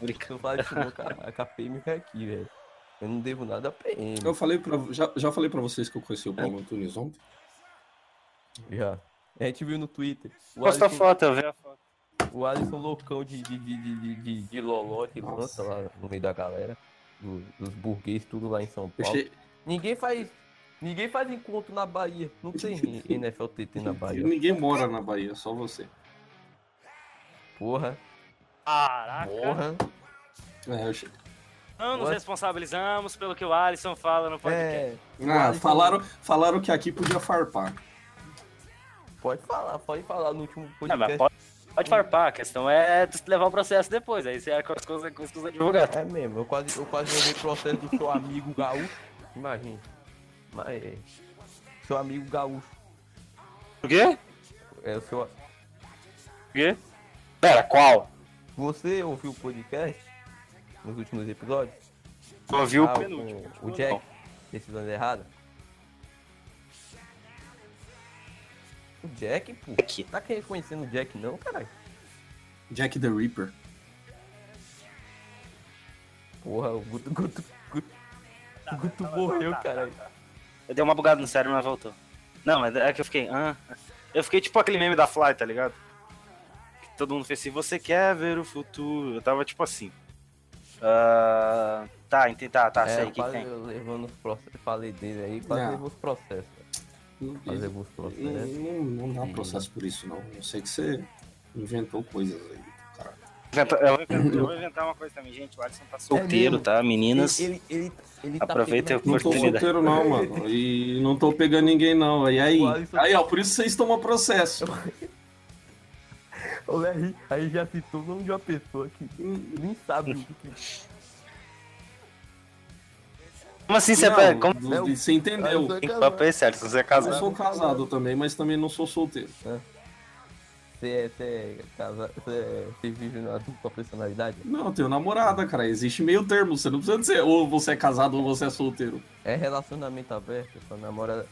Speaker 4: Brincadeira.
Speaker 2: Eu falei isso, a, a KPM vai aqui, velho. Eu não devo nada a PM.
Speaker 3: Eu falei pra, já, já falei pra vocês que eu conheci o Paulo Antunes ontem.
Speaker 2: Já. A gente viu no Twitter. O
Speaker 4: Posta a
Speaker 2: Alisson,
Speaker 4: foto, velho.
Speaker 2: o Alisson loucão de, de, de, de, de, de, de loló que lança
Speaker 3: Nossa.
Speaker 2: lá no meio da galera. do- dos burguês, tudo lá em São
Speaker 3: Eu
Speaker 2: Paulo.
Speaker 3: che-
Speaker 2: Ninguém faz. Ninguém faz encontro na Bahia. Não tem NFL TT na Bahia.
Speaker 3: Ninguém mora na Bahia, só você.
Speaker 2: Porra,
Speaker 4: Caraca.
Speaker 2: porra.
Speaker 3: É, eu che-
Speaker 4: Não nos
Speaker 2: What?
Speaker 4: responsabilizamos pelo que o Alisson fala no podcast.
Speaker 2: É,
Speaker 3: Ah,
Speaker 2: Alisson-
Speaker 3: falaram, falaram que aqui podia farpar.
Speaker 2: pode falar, pode falar no último
Speaker 4: Não, Ah, mas
Speaker 2: podcast.
Speaker 4: pode, pode farpar, a questão é tu levar o processo depois, aí você é com as coisas com as coisas advogado.
Speaker 2: É mesmo, eu quase, eu quase levei processo do seu amigo gaúcho. Imagina. Mas é. Seu amigo gaúcho.
Speaker 4: O quê?
Speaker 2: É o seu.
Speaker 4: O quê? Pera, qual?
Speaker 2: Você ouviu o podcast nos últimos episódios?
Speaker 4: Tu ouviu
Speaker 2: Ah,
Speaker 4: o penúltimo.
Speaker 2: o, o Jack, decisão errada? O Jack, pô.
Speaker 4: Jack.
Speaker 2: Tá que reconhecendo o Jack não, caralho?
Speaker 3: Jack the Ripper.
Speaker 2: Porra, o Guto. Guto, Guto, o Guto morreu, caralho.
Speaker 4: Eu dei uma bugada no cérebro, mas voltou. Não, mas é que eu fiquei. "Hã?" Eu fiquei tipo aquele meme da Fly, tá ligado? Que todo mundo fez assim, você quer ver o futuro? Eu tava tipo assim. Ah, tá, entendi. Tá, tá,
Speaker 2: É,
Speaker 4: sei
Speaker 2: eu
Speaker 4: o que que
Speaker 2: quase
Speaker 4: tem.
Speaker 2: levando os processos. Falei dele aí, quase
Speaker 3: Não.
Speaker 2: levou os processos. Quase levou os processos. né?
Speaker 3: Não, não, não dá processo por isso, não. Eu sei que você inventou coisas aí. Cara.
Speaker 4: Inventa- Eu vou inventar, eu vou inventar uma coisa também, gente. O Alisson tá solteiro,
Speaker 2: É mesmo.
Speaker 4: tá? Meninas.
Speaker 2: Ele, ele, ele, ele tá
Speaker 4: Aproveita
Speaker 2: pegando
Speaker 4: a
Speaker 3: Não tô
Speaker 4: Oportunidade.
Speaker 3: solteiro, não, mano. E não tô pegando ninguém, não. E aí?
Speaker 2: O Alisson-
Speaker 3: Aí, ó, por isso vocês tomam processo.
Speaker 2: (laughs) O Larry aí já citou o nome de uma pessoa que nem sabe o que que é,
Speaker 4: Como assim você
Speaker 3: Não,
Speaker 4: pega? Como assim?
Speaker 3: do- do- Você entendeu?
Speaker 2: Aí você-
Speaker 4: tem papo é esse, Alisson? Você é
Speaker 3: Eu
Speaker 4: casado?
Speaker 3: sou casado também, mas também não sou solteiro.
Speaker 2: Você é, você é casado, você, é, você vive no adulto com a personalidade?
Speaker 3: Não, eu tenho namorada, cara. Existe meio termo. Você não precisa dizer ou você é casado ou você é solteiro.
Speaker 2: É relacionamento aberto, sua namora.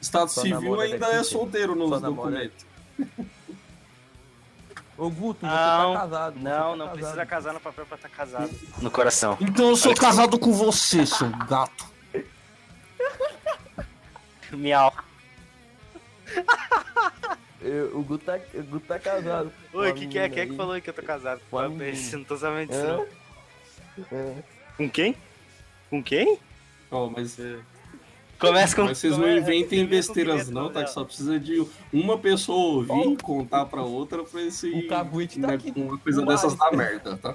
Speaker 3: Estado
Speaker 2: Sua
Speaker 3: civil
Speaker 2: namorada
Speaker 3: ainda
Speaker 2: é
Speaker 3: é
Speaker 2: solteira.
Speaker 3: solteiro nos
Speaker 2: Sua namorada-
Speaker 3: documentos.
Speaker 2: Ô Guto, você
Speaker 4: Não,
Speaker 2: tá casado. você
Speaker 4: Não,
Speaker 2: tá
Speaker 4: não
Speaker 2: casado.
Speaker 4: precisa casar no papel pra estar casado. No coração.
Speaker 7: Então eu sou casado com você, seu gato.
Speaker 4: (laughs) Miau.
Speaker 2: Eu- o, Guto tá, o Guto tá casado.
Speaker 4: Oi,
Speaker 2: Uma
Speaker 4: o que, que é?
Speaker 2: menina
Speaker 4: Quem é que
Speaker 2: aí.
Speaker 4: falou aí que eu tô casado?
Speaker 2: Com a
Speaker 4: Eu
Speaker 2: menina.
Speaker 4: pensei, não tô sabendo disso,
Speaker 2: Hã?
Speaker 4: não. É.
Speaker 2: Hã?
Speaker 4: Com quem? Com quem?
Speaker 3: Ó, mas, é,
Speaker 4: Começa com.
Speaker 3: mas vocês não é,
Speaker 4: come-
Speaker 3: inventem
Speaker 4: começa com
Speaker 3: besteiras,
Speaker 4: criança,
Speaker 3: não, tá?
Speaker 4: Gabriel.
Speaker 3: Que só precisa de uma pessoa ouvir e contar pra outra pra esse.
Speaker 2: O Cabuete tá
Speaker 3: né,
Speaker 2: aqui.
Speaker 3: Uma coisa
Speaker 2: do
Speaker 3: dessas
Speaker 2: lado.
Speaker 3: dá merda, tá?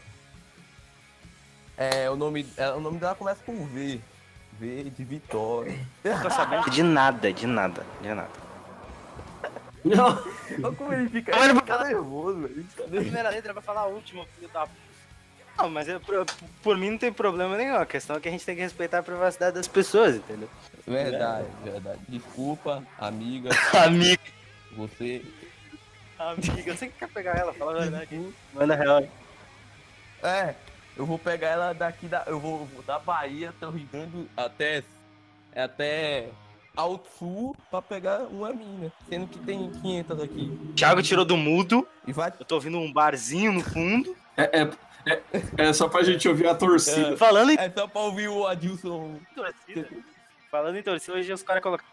Speaker 2: É, o nome, é, o nome dela começa com V. V de Vitória.
Speaker 4: Não tô sabendo de nada, de nada, de nada.
Speaker 3: Não.
Speaker 2: (laughs) Olha como ele fica,
Speaker 4: Tá
Speaker 2: ele fica nervoso, velho. Ele fica nervoso.
Speaker 4: Primeira letra vai falar a última, filho da. Não, mas é por, por mim não tem problema nenhum. A questão é que a gente tem que respeitar a privacidade das pessoas, entendeu?
Speaker 2: Verdade, verdade. Desculpa, amiga,
Speaker 4: Amigo.
Speaker 2: você.
Speaker 4: Amiga, você que quer pegar ela, fala a verdade. Manda real.
Speaker 2: É, eu vou pegar ela daqui da. Eu vou, vou da Bahia até o Rio Grande até. Até. Ao sul pra pegar uma mina. Sendo que tem 500 aqui.
Speaker 4: Thiago tirou do mudo.
Speaker 2: E vai.
Speaker 4: Eu tô ouvindo um barzinho no (laughs) fundo.
Speaker 3: É, é, é, é só pra gente ouvir a torcida.
Speaker 4: Falando em
Speaker 2: É só pra ouvir o Adilson.
Speaker 4: torcida. Falando em torcida, hoje os caras colocaram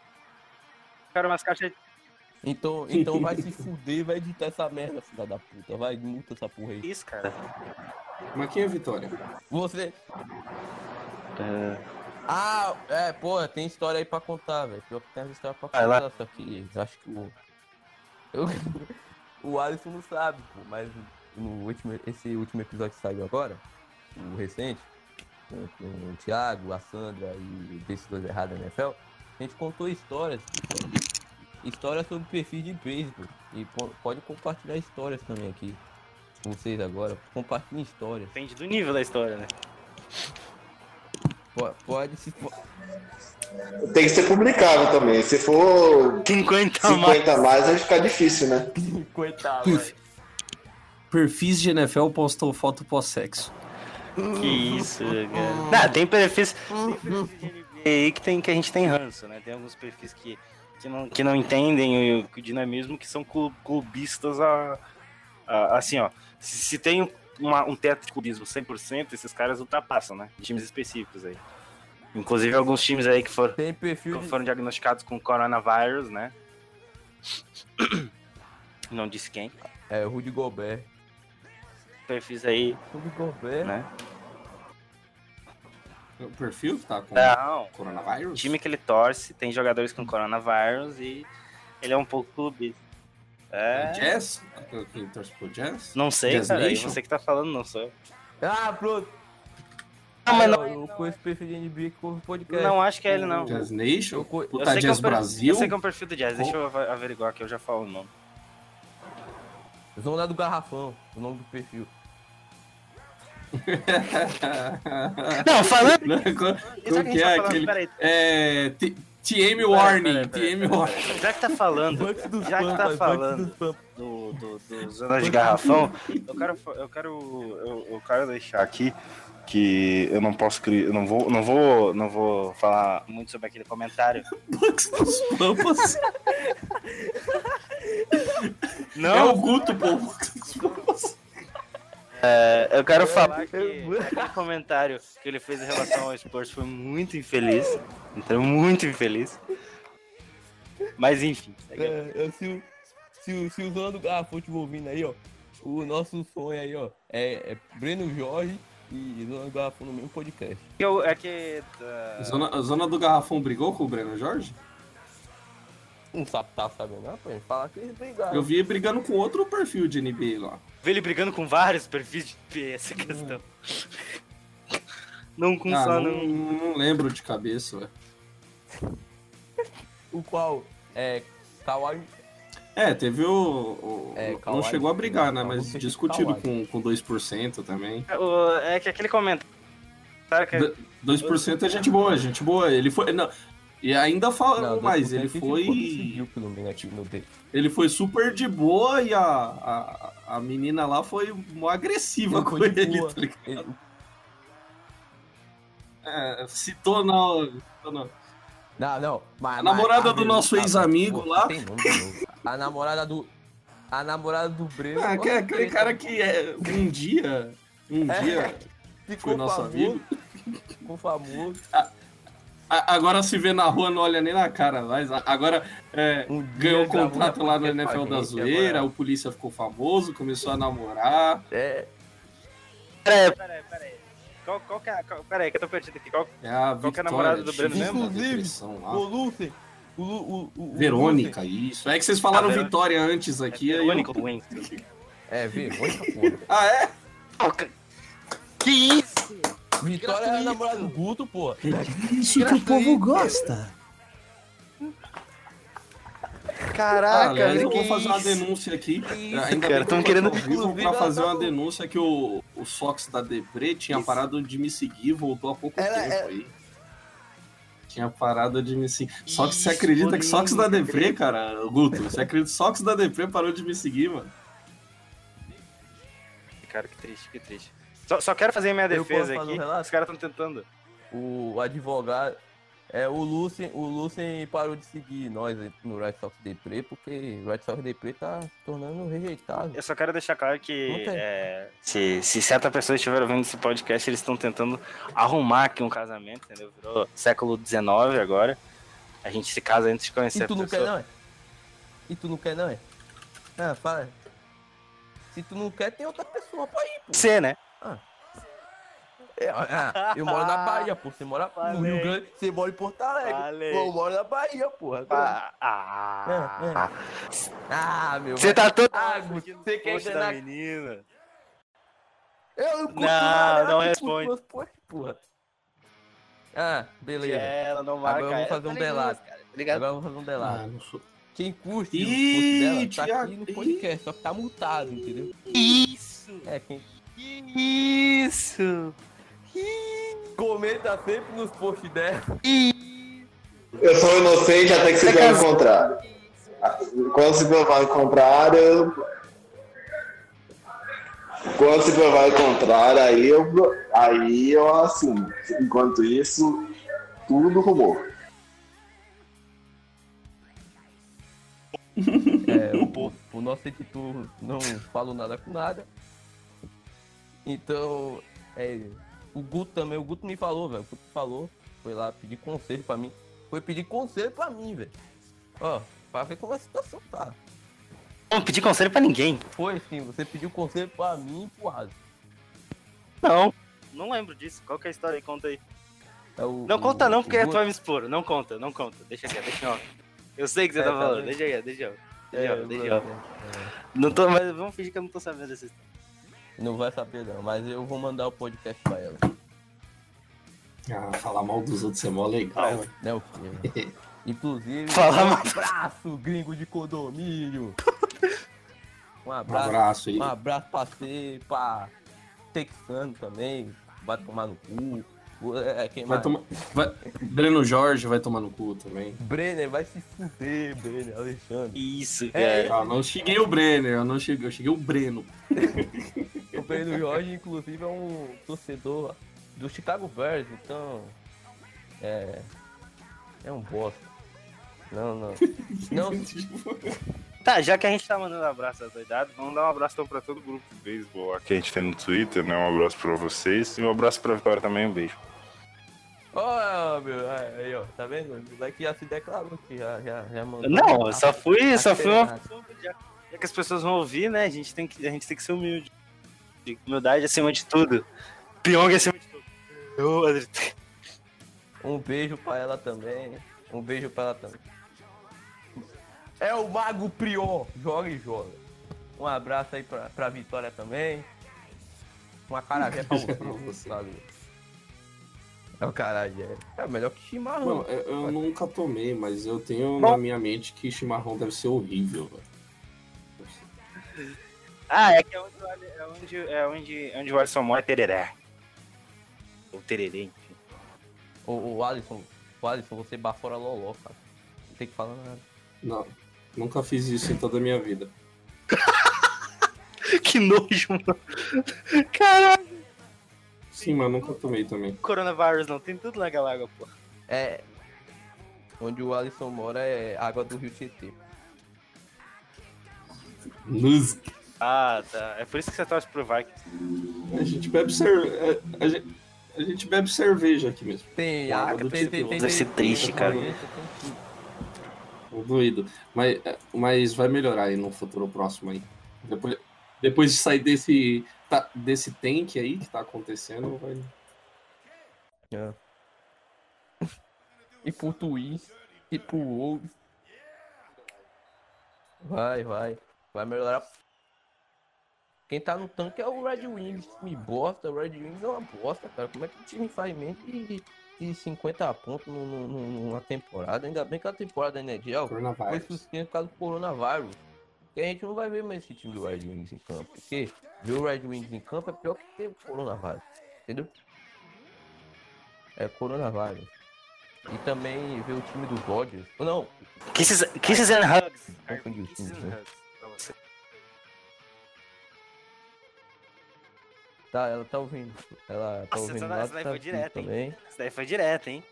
Speaker 4: umas caixas de.
Speaker 2: Então, então vai se fuder, vai editar essa merda, filha da puta. Vai, multa essa porra aí.
Speaker 4: Isso, cara.
Speaker 3: Mas quem é a vitória?
Speaker 2: Você. Ah, é, pô, tem história aí pra contar, velho. Pior que tem história pra
Speaker 4: Vai lá.
Speaker 2: contar, só que eu acho que o. eu- (laughs) o Alisson não sabe, pô, mas no último, esse último episódio que saiu agora, o recente, com, com o Thiago, a Sandra e o Decisões Erradas da NFL, a gente contou histórias. Histórias sobre perfil de beisebol. E po- pode compartilhar histórias também aqui. com Vocês agora, compartilhem histórias.
Speaker 4: Depende do nível da história, né?
Speaker 2: Po- Pode se. po-
Speaker 8: Tem que ser publicável também. Se for
Speaker 4: 50 a mais.
Speaker 8: 50 a mais, vai ficar difícil, né?
Speaker 2: Coitado, velho.
Speaker 7: Perfis de NFL postou foto pós-sexo.
Speaker 4: Que (laughs) isso, cara. Não, tem perfis, tem perfis de NBA aí que, tem, que a gente tem ranço, né? Tem alguns perfis que, que, não, que não entendem o, o dinamismo, que são clu- clubistas a, a- assim, ó. Se, se tem uma- um teto de clubismo 100%, esses caras ultrapassam, né? Times específicos aí. Inclusive alguns times aí que foram,
Speaker 2: Tem perfil
Speaker 4: que
Speaker 2: de...
Speaker 4: foram diagnosticados com coronavírus, né? (coughs) Não disse quem.
Speaker 2: É, o Rudy Gobert.
Speaker 4: Perfis aí,
Speaker 2: Rudy Gobert.
Speaker 4: né?
Speaker 3: O perfil que tá com
Speaker 4: Não, O
Speaker 3: coronavírus?
Speaker 4: É. time que ele torce tem jogadores com coronavírus e ele é um pouco clubista. É.
Speaker 3: Jazz? Quem torce pro Jazz?
Speaker 4: Não sei,
Speaker 3: Jazz
Speaker 4: cara. aí
Speaker 3: Nation?
Speaker 4: Você que tá falando, não sou eu.
Speaker 2: Ah, pronto.
Speaker 4: Ah, mas
Speaker 2: eu, eu conheço perfil de NBA que ouve podcast.
Speaker 4: Não acho que é ele, não.
Speaker 3: Jazz Nation?
Speaker 2: Eu co-
Speaker 4: Eu
Speaker 3: Puta
Speaker 4: sei que é um
Speaker 3: Jazz
Speaker 4: per-
Speaker 3: Brasil?
Speaker 4: Eu sei que é um perfil do Jazz. Deixa eu ava- averiguar aqui, eu já falo o nome.
Speaker 2: Zona do Garrafão, o nome do perfil.
Speaker 4: (laughs) Não, falando.
Speaker 3: Não, co-
Speaker 4: Já
Speaker 3: (laughs) Como
Speaker 4: que
Speaker 3: que
Speaker 4: a
Speaker 3: é
Speaker 4: gente tá falando,
Speaker 3: aquele?
Speaker 4: peraí.
Speaker 3: É. T- TM
Speaker 4: peraí,
Speaker 3: Warning,
Speaker 4: peraí,
Speaker 3: TM Warning. (laughs)
Speaker 4: Já que tá falando
Speaker 2: Bunch dos
Speaker 4: Já que
Speaker 2: Pampas,
Speaker 4: tá
Speaker 2: Bunch
Speaker 4: falando.
Speaker 2: dos Pampas.
Speaker 4: do, do, do Zona de Garrafão, eu quero. fa- Eu quero.
Speaker 5: Eu, eu quero deixar aqui que eu não posso cri- eu não vou, não vou, não vou falar.
Speaker 4: Muito sobre aquele comentário.
Speaker 3: Bucks dos Pampas. É
Speaker 4: Não,
Speaker 3: o Guto, pô. Bucks dos Pampas.
Speaker 4: É, eu quero falar
Speaker 2: eu-
Speaker 4: que aquele comentário que ele fez em relação ao Spurs foi muito infeliz. Então, muito infeliz. Mas enfim, segue.
Speaker 2: É, eu- se, o- se, o- se o Zona do Garrafão te ouvindo aí, ó. O nosso sonho aí, ó. É, é Breno Jorge e Zona do Garrafão no mesmo podcast.
Speaker 4: Eu- é que. ah,
Speaker 3: Zona, a zona do Garrafão brigou com o Breno Jorge?
Speaker 2: Não sabe, tá sabendo, não, pô. Fala que eles brigaram.
Speaker 3: Eu vi ele brigando com outro perfil de NBA lá.
Speaker 4: vê ele brigando com vários perfis de IP, essa questão. Não com
Speaker 3: Ah,
Speaker 4: só
Speaker 3: não,
Speaker 4: não.
Speaker 3: não lembro de cabeça, ué.
Speaker 2: O qual é Kawhi
Speaker 3: É, teve o. o-
Speaker 2: É,
Speaker 3: não
Speaker 2: Kawhi,
Speaker 3: chegou a brigar, né?
Speaker 2: Kawhi,
Speaker 3: Mas
Speaker 2: Kawhi.
Speaker 3: discutido com, com 2% também.
Speaker 4: O- É que aquele comentário. que-
Speaker 3: D- 2% é gente boa, gente boa. Ele foi. Não, E ainda falando
Speaker 2: Não,
Speaker 3: mais, ele
Speaker 2: Deadpool
Speaker 3: foi.
Speaker 2: conseguiu, pelo menos, aqui no dele.
Speaker 3: Ele foi super de boa e a, a, a menina lá foi mó agressiva
Speaker 2: Ele
Speaker 3: com
Speaker 2: foi de
Speaker 3: ele,
Speaker 2: boa.
Speaker 3: tá ligado?
Speaker 2: Ele-
Speaker 3: É, citou não. citou não.
Speaker 2: Não, não. mas-
Speaker 3: A namorada
Speaker 2: mas-
Speaker 3: do nosso
Speaker 2: Ah,
Speaker 3: ex-amigo
Speaker 2: pô,
Speaker 3: lá.
Speaker 2: tem nome de novo. A namorada do. A namorada do Breno.
Speaker 3: Ah, que-
Speaker 2: Olha,
Speaker 3: aquele
Speaker 2: treta.
Speaker 3: cara
Speaker 4: né?
Speaker 3: que é, um dia. Um
Speaker 2: É.
Speaker 3: dia
Speaker 2: ficou
Speaker 3: foi nosso
Speaker 2: famoso,
Speaker 3: amigo.
Speaker 2: Ficou
Speaker 3: (laughs)
Speaker 2: famoso.
Speaker 3: A- agora se vê na rua, não olha nem na cara. Mas a- agora é,
Speaker 2: Um
Speaker 3: ganhou
Speaker 2: dia
Speaker 3: um contrato
Speaker 2: gravou
Speaker 3: lá no
Speaker 2: na podcast
Speaker 3: NFL
Speaker 2: com a
Speaker 3: da
Speaker 2: gente,
Speaker 3: Zoeira,
Speaker 2: agora-
Speaker 3: o polícia ficou famoso, começou a namorar.
Speaker 2: É,
Speaker 4: Peraí, peraí. Qual, qual que é. a- Qual, peraí, que eu tô perdido aqui. Qual,
Speaker 3: É a
Speaker 4: Qual
Speaker 3: Vitória,
Speaker 4: que é a namorada do Breno
Speaker 3: X,
Speaker 4: mesmo?
Speaker 3: da depressão lá.
Speaker 2: o Lúcio. O, Lu- o- o- o
Speaker 3: Ah. Verônica, isso. É que vocês falaram
Speaker 4: Ah, Verônica.
Speaker 3: Vitória antes aqui.
Speaker 4: é
Speaker 3: aí eu-
Speaker 4: Verônica Winfrey.
Speaker 2: Lúcio- É, Verônica,
Speaker 3: (laughs)
Speaker 2: porra.
Speaker 3: Ah, é?
Speaker 4: Que isso?
Speaker 2: Vitória é a namorada do Guto, porra.
Speaker 7: Isso que o povo gosta.
Speaker 3: Ah,
Speaker 4: Caraca,
Speaker 3: aliás, eu
Speaker 4: Ah, que
Speaker 3: vou fazer uma
Speaker 4: isso?
Speaker 3: denúncia aqui.
Speaker 4: isso,
Speaker 3: Ainda
Speaker 4: cara?
Speaker 3: bem que
Speaker 4: Tão
Speaker 3: eu tô
Speaker 4: querendo-
Speaker 3: ao vivo
Speaker 2: Inclusive,
Speaker 3: pra fazer
Speaker 2: ela tá
Speaker 3: uma
Speaker 2: no-
Speaker 3: denúncia que o, o Sox da Depre tinha parado de me seguir, voltou há pouco
Speaker 2: Ela-
Speaker 3: tempo
Speaker 4: é
Speaker 2: ela-
Speaker 3: aí. Tinha parado de me seguir. Só que você
Speaker 4: Isso,
Speaker 3: acredita que Sox da
Speaker 4: Bolinha,
Speaker 3: Depre, cara, Guto, você acredita que Sox da Depre parou de me seguir, mano?
Speaker 4: Cara, que triste, que triste. Só, só quero fazer minha
Speaker 2: Eu posso
Speaker 4: defesa
Speaker 2: fazer um
Speaker 4: aqui.
Speaker 2: relato?
Speaker 4: Os caras estão tentando.
Speaker 2: O advogado. É, o Lucien, o Lucien parou de seguir nós no Red Sox Depre, porque o Red Sox Depre tá se tornando rejeitado.
Speaker 4: Eu só quero deixar claro
Speaker 2: Não
Speaker 4: que
Speaker 2: tem.
Speaker 4: é, se, se certa pessoa estiver ouvindo esse podcast, eles estão tentando arrumar aqui um casamento, entendeu? Virou século XIX agora. A gente se casa antes de conhecer
Speaker 2: E
Speaker 4: a
Speaker 2: tu não
Speaker 4: pessoa.
Speaker 2: quer não, é? E tu não quer não, é? Ah, fala. Se tu não quer, tem outra pessoa pra ir, pô.
Speaker 4: Você, né?
Speaker 2: É, ah, eu moro na Bahia, pô. Você mora no
Speaker 4: Falei.
Speaker 2: Rio Grande, você mora em Porto Alegre.
Speaker 4: Falei.
Speaker 2: Pô, eu moro na Bahia, porra.
Speaker 4: Ah,
Speaker 2: É, é.
Speaker 4: ah,
Speaker 2: Ah, meu
Speaker 4: Você tá todo.
Speaker 2: Ah, Guto, você quer
Speaker 4: Poxa,
Speaker 2: enganar...
Speaker 4: da menina.
Speaker 2: Eu curto
Speaker 4: Não,
Speaker 2: nada,
Speaker 4: não
Speaker 2: eu curto
Speaker 4: responde.
Speaker 2: meus posts, porra. Ah, beleza.
Speaker 4: Ela não
Speaker 2: Agora
Speaker 4: marca.
Speaker 2: eu vou
Speaker 4: ela.
Speaker 2: fazer um delado. Agora eu vou fazer um delado.
Speaker 3: Ah,
Speaker 4: Ah.
Speaker 3: não sou.
Speaker 2: Quem curte o
Speaker 3: Ih,
Speaker 2: post dela tá
Speaker 3: Thiago,
Speaker 2: aqui no
Speaker 3: ih.
Speaker 2: podcast, só que tá multado, entendeu?
Speaker 4: Isso!
Speaker 2: É, quem
Speaker 4: Isso!
Speaker 2: comenta sempre nos posts dela.
Speaker 8: Eu sou inocente até que se prove o contrário. Quando se provar o contrário, eu... Quando se provar o contrário, aí eu, aí eu assumo. Enquanto isso, tudo rumor.
Speaker 2: É, o, o nosso editor não falou nada com nada. Então, é, o Guto também, o Guto me falou, velho. O Guto falou, foi lá pedir conselho pra mim. Foi pedir conselho pra mim, velho. Ó, pra ver como a situação tá.
Speaker 4: Não pedi conselho pra ninguém.
Speaker 2: Foi sim, você pediu conselho pra mim, porra.
Speaker 4: Não. Não lembro disso. Qual que é a história aí? Conta aí.
Speaker 2: É o-
Speaker 4: Não
Speaker 2: o-
Speaker 4: conta não, porque é
Speaker 2: o
Speaker 4: tu vai me expor. Não conta, não conta. Deixa aqui, deixa eu. Eu sei que você
Speaker 2: É,
Speaker 4: tá
Speaker 2: tá
Speaker 4: falando.
Speaker 2: bem.
Speaker 4: Deixa aí, deixa eu.
Speaker 2: É,
Speaker 4: Deixa
Speaker 2: o
Speaker 4: eu, deixa eu.
Speaker 2: Guto,
Speaker 4: Não tô, mas vamos fingir que eu não tô sabendo dessa história.
Speaker 2: Não vai saber não, mas eu vou mandar o podcast pra ela.
Speaker 3: Ah, falar mal dos outros é mó
Speaker 4: Ah,
Speaker 3: legal. né?
Speaker 2: Né, o filho? Inclusive,
Speaker 4: Fala,
Speaker 2: um
Speaker 4: mano.
Speaker 2: abraço, gringo de condomínio. Um
Speaker 3: Um
Speaker 2: abraço,
Speaker 3: abraço aí.
Speaker 2: um abraço pra você, pra Texano também. Vai tomar no cu. É, quem
Speaker 3: Vai
Speaker 2: mais?
Speaker 3: tomar... vai- Breno Jorge vai tomar no cu também.
Speaker 2: Brenner vai se fuder, Brenner, Alexandre.
Speaker 4: Isso,
Speaker 2: É.
Speaker 4: cara.
Speaker 3: Ah, não cheguei o Brenner, eu não cheguei, eu cheguei o Breno.
Speaker 2: O Breno Jorge, inclusive, é um torcedor do Chicago Bears, então. É. É um bosta. Não, não. Não,
Speaker 3: (laughs) Tipo,
Speaker 4: Tá, já que a gente tá mandando abraço doidado, vamos dar um
Speaker 5: Abraço
Speaker 4: abraço
Speaker 5: então pra todo o grupo de beisebol aqui que a gente tem no Twitter, né? Um abraço pra vocês. E um abraço pra Vitória também, um beijo.
Speaker 2: Ó, meu, aí, ó, tá vendo? O moleque já se declarou que já, já, já mandou.
Speaker 4: Não, eu só fui, só fui uma.
Speaker 2: Acelerado.
Speaker 4: Então, Já, já que as pessoas vão ouvir, né? A gente tem que, a gente tem que ser humilde. Humildade acima de tudo. Pyong acima de tudo. Eu, Adri-
Speaker 2: Um beijo pra ela também. Um beijo pra ela também. É o Mago Prior, joga e joga. Um abraço aí pra, pra Vitória também. Uma
Speaker 4: (laughs)
Speaker 2: carajé pra você. valeu. É o carajé. É melhor que chimarrão.
Speaker 3: Mano, eu, eu nunca tomei, mas eu tenho na minha mente que chimarrão deve ser horrível, velho.
Speaker 4: Ah, é que é onde, o Ale- é onde, é onde, onde o Alisson mora é tereré. Ou tererê, enfim.
Speaker 2: O, o Alisson, Quase, se você bafora loló, cara. Não tem que falar nada.
Speaker 3: Não, nunca fiz isso em toda a minha vida.
Speaker 4: (laughs) que nojo, mano. Caralho.
Speaker 3: Sim, mas nunca tomei também.
Speaker 4: Coronavírus não, tem tudo naquela água, pô.
Speaker 2: É. Onde o Alisson mora é água do Rio Tietê.
Speaker 3: Nos-
Speaker 4: Ah, tá. É por isso que você torce pro Vikings.
Speaker 3: A gente bebe cerve... é, a, gente... a gente bebe cerveja aqui mesmo.
Speaker 2: Tem
Speaker 3: Água
Speaker 2: água,
Speaker 3: do
Speaker 2: tem, tem,
Speaker 3: Tietê.
Speaker 2: tem,
Speaker 4: Deve ser
Speaker 2: tem-
Speaker 4: triste,
Speaker 2: tem-
Speaker 4: cara.
Speaker 2: tem- tem- tipo,
Speaker 3: Tô tá doído. Mas, é, mas vai melhorar aí no futuro próximo aí. Depois, depois de sair desse, tá- desse tank aí que tá acontecendo, vai.
Speaker 2: E por Twitch, e por Wolves. Vai, vai. Vai melhorar. Quem tá no tanque é o Red Wings, time bosta. O Red Wings é uma bosta, cara. Como é que o time faz menos de, de 50 pontos no- no- no- numa temporada? Ainda bem que a temporada ainda é de algo. foi
Speaker 3: Coronavírus.
Speaker 2: suspenso é por causa do coronavírus. Que a gente não vai ver mais esse time do Red Wings em campo. Porque ver o Red Wings em campo é pior que ter o coronavírus. Entendeu? É coronavírus. E também ver o time do Dodgers. Não,
Speaker 4: Kisses, kisses and hugs.
Speaker 2: Confundi os
Speaker 4: Kisses
Speaker 2: times,
Speaker 4: and
Speaker 2: né?
Speaker 4: hugs. pra você.
Speaker 2: tá, ela tá ouvindo. Ela tá
Speaker 4: Nossa,
Speaker 2: ouvindo
Speaker 4: essa
Speaker 2: lá,
Speaker 4: essa daí
Speaker 2: tá
Speaker 4: foi
Speaker 2: aqui
Speaker 4: direto, hein?
Speaker 2: também.
Speaker 4: Isso daí foi direto, hein?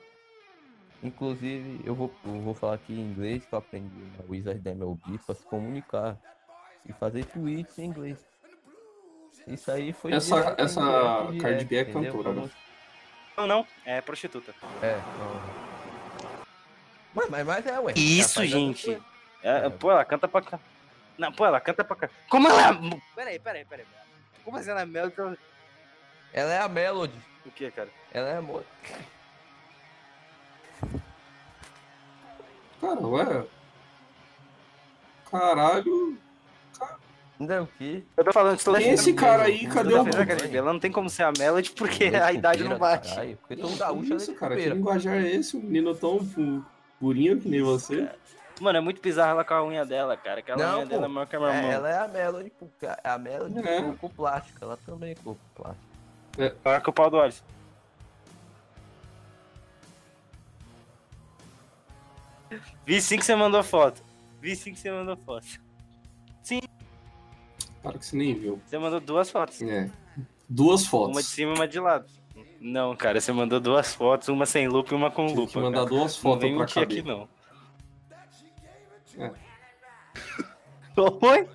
Speaker 2: Inclusive, eu vou, eu vou falar aqui em inglês, que eu aprendi na Wizard da MLB, pra se comunicar. E fazer tweets em inglês. Isso aí foi.
Speaker 3: Essa-
Speaker 2: direto,
Speaker 3: essa
Speaker 2: direto, direto,
Speaker 3: Cardi B é
Speaker 2: entendeu?
Speaker 3: cantora, né?
Speaker 2: Como-
Speaker 4: Não, não. É prostituta.
Speaker 2: É, não. Mas, mas, mas é, ué.
Speaker 4: Que
Speaker 2: Ela
Speaker 4: isso,
Speaker 2: faz
Speaker 4: gente?
Speaker 2: outra coisa.
Speaker 4: É,
Speaker 2: É.
Speaker 4: Pô, ela canta pra cá. Não, pô, ela canta pra cá. Como ela. é Peraí, peraí, peraí. Como assim ela é mel?
Speaker 2: Ela é a Melody.
Speaker 4: O que, cara?
Speaker 2: Ela é a mo...
Speaker 3: Cara, ué. Caralho.
Speaker 2: Não é o quê?
Speaker 4: Eu tô falando de toda
Speaker 3: Quem é esse cara aí?
Speaker 4: Toda
Speaker 3: Cadê o.
Speaker 4: vez a Cardi B, Ela não tem como ser a Melody porque a idade não bate.
Speaker 2: é Caralho, porque
Speaker 4: Então
Speaker 2: todo
Speaker 4: um
Speaker 2: gaúcho ela é
Speaker 3: isso, cara? Que
Speaker 2: desculpeira.
Speaker 3: linguajar é esse? Um menino tão pu- purinho que nem você?
Speaker 4: Mano, é muito bizarro ela com a unha dela, cara. Aquela
Speaker 2: Não,
Speaker 4: unha
Speaker 2: pô.
Speaker 4: dela é maior que a minha mão.
Speaker 2: É, ela é a Melody, pô, ca- a Melody
Speaker 3: É.
Speaker 2: com com plástico. Ela também é com plástico.
Speaker 4: Maior que o pau do Alisson. Vi sim que você mandou foto. Vi sim que você mandou foto.
Speaker 3: Cara que você nem viu.
Speaker 4: Você mandou duas fotos.
Speaker 3: É. Duas
Speaker 4: Uma de
Speaker 3: fotos.
Speaker 4: cima e uma de lado. Não, cara, você mandou duas fotos, uma sem lupa e uma com
Speaker 3: Tive
Speaker 4: lupa.
Speaker 3: que mandar
Speaker 4: cara.
Speaker 3: duas
Speaker 4: não
Speaker 3: fotos
Speaker 4: vem
Speaker 3: pra
Speaker 4: mentir aqui,
Speaker 3: caber.
Speaker 4: não. (laughs)
Speaker 3: É.
Speaker 4: Oi?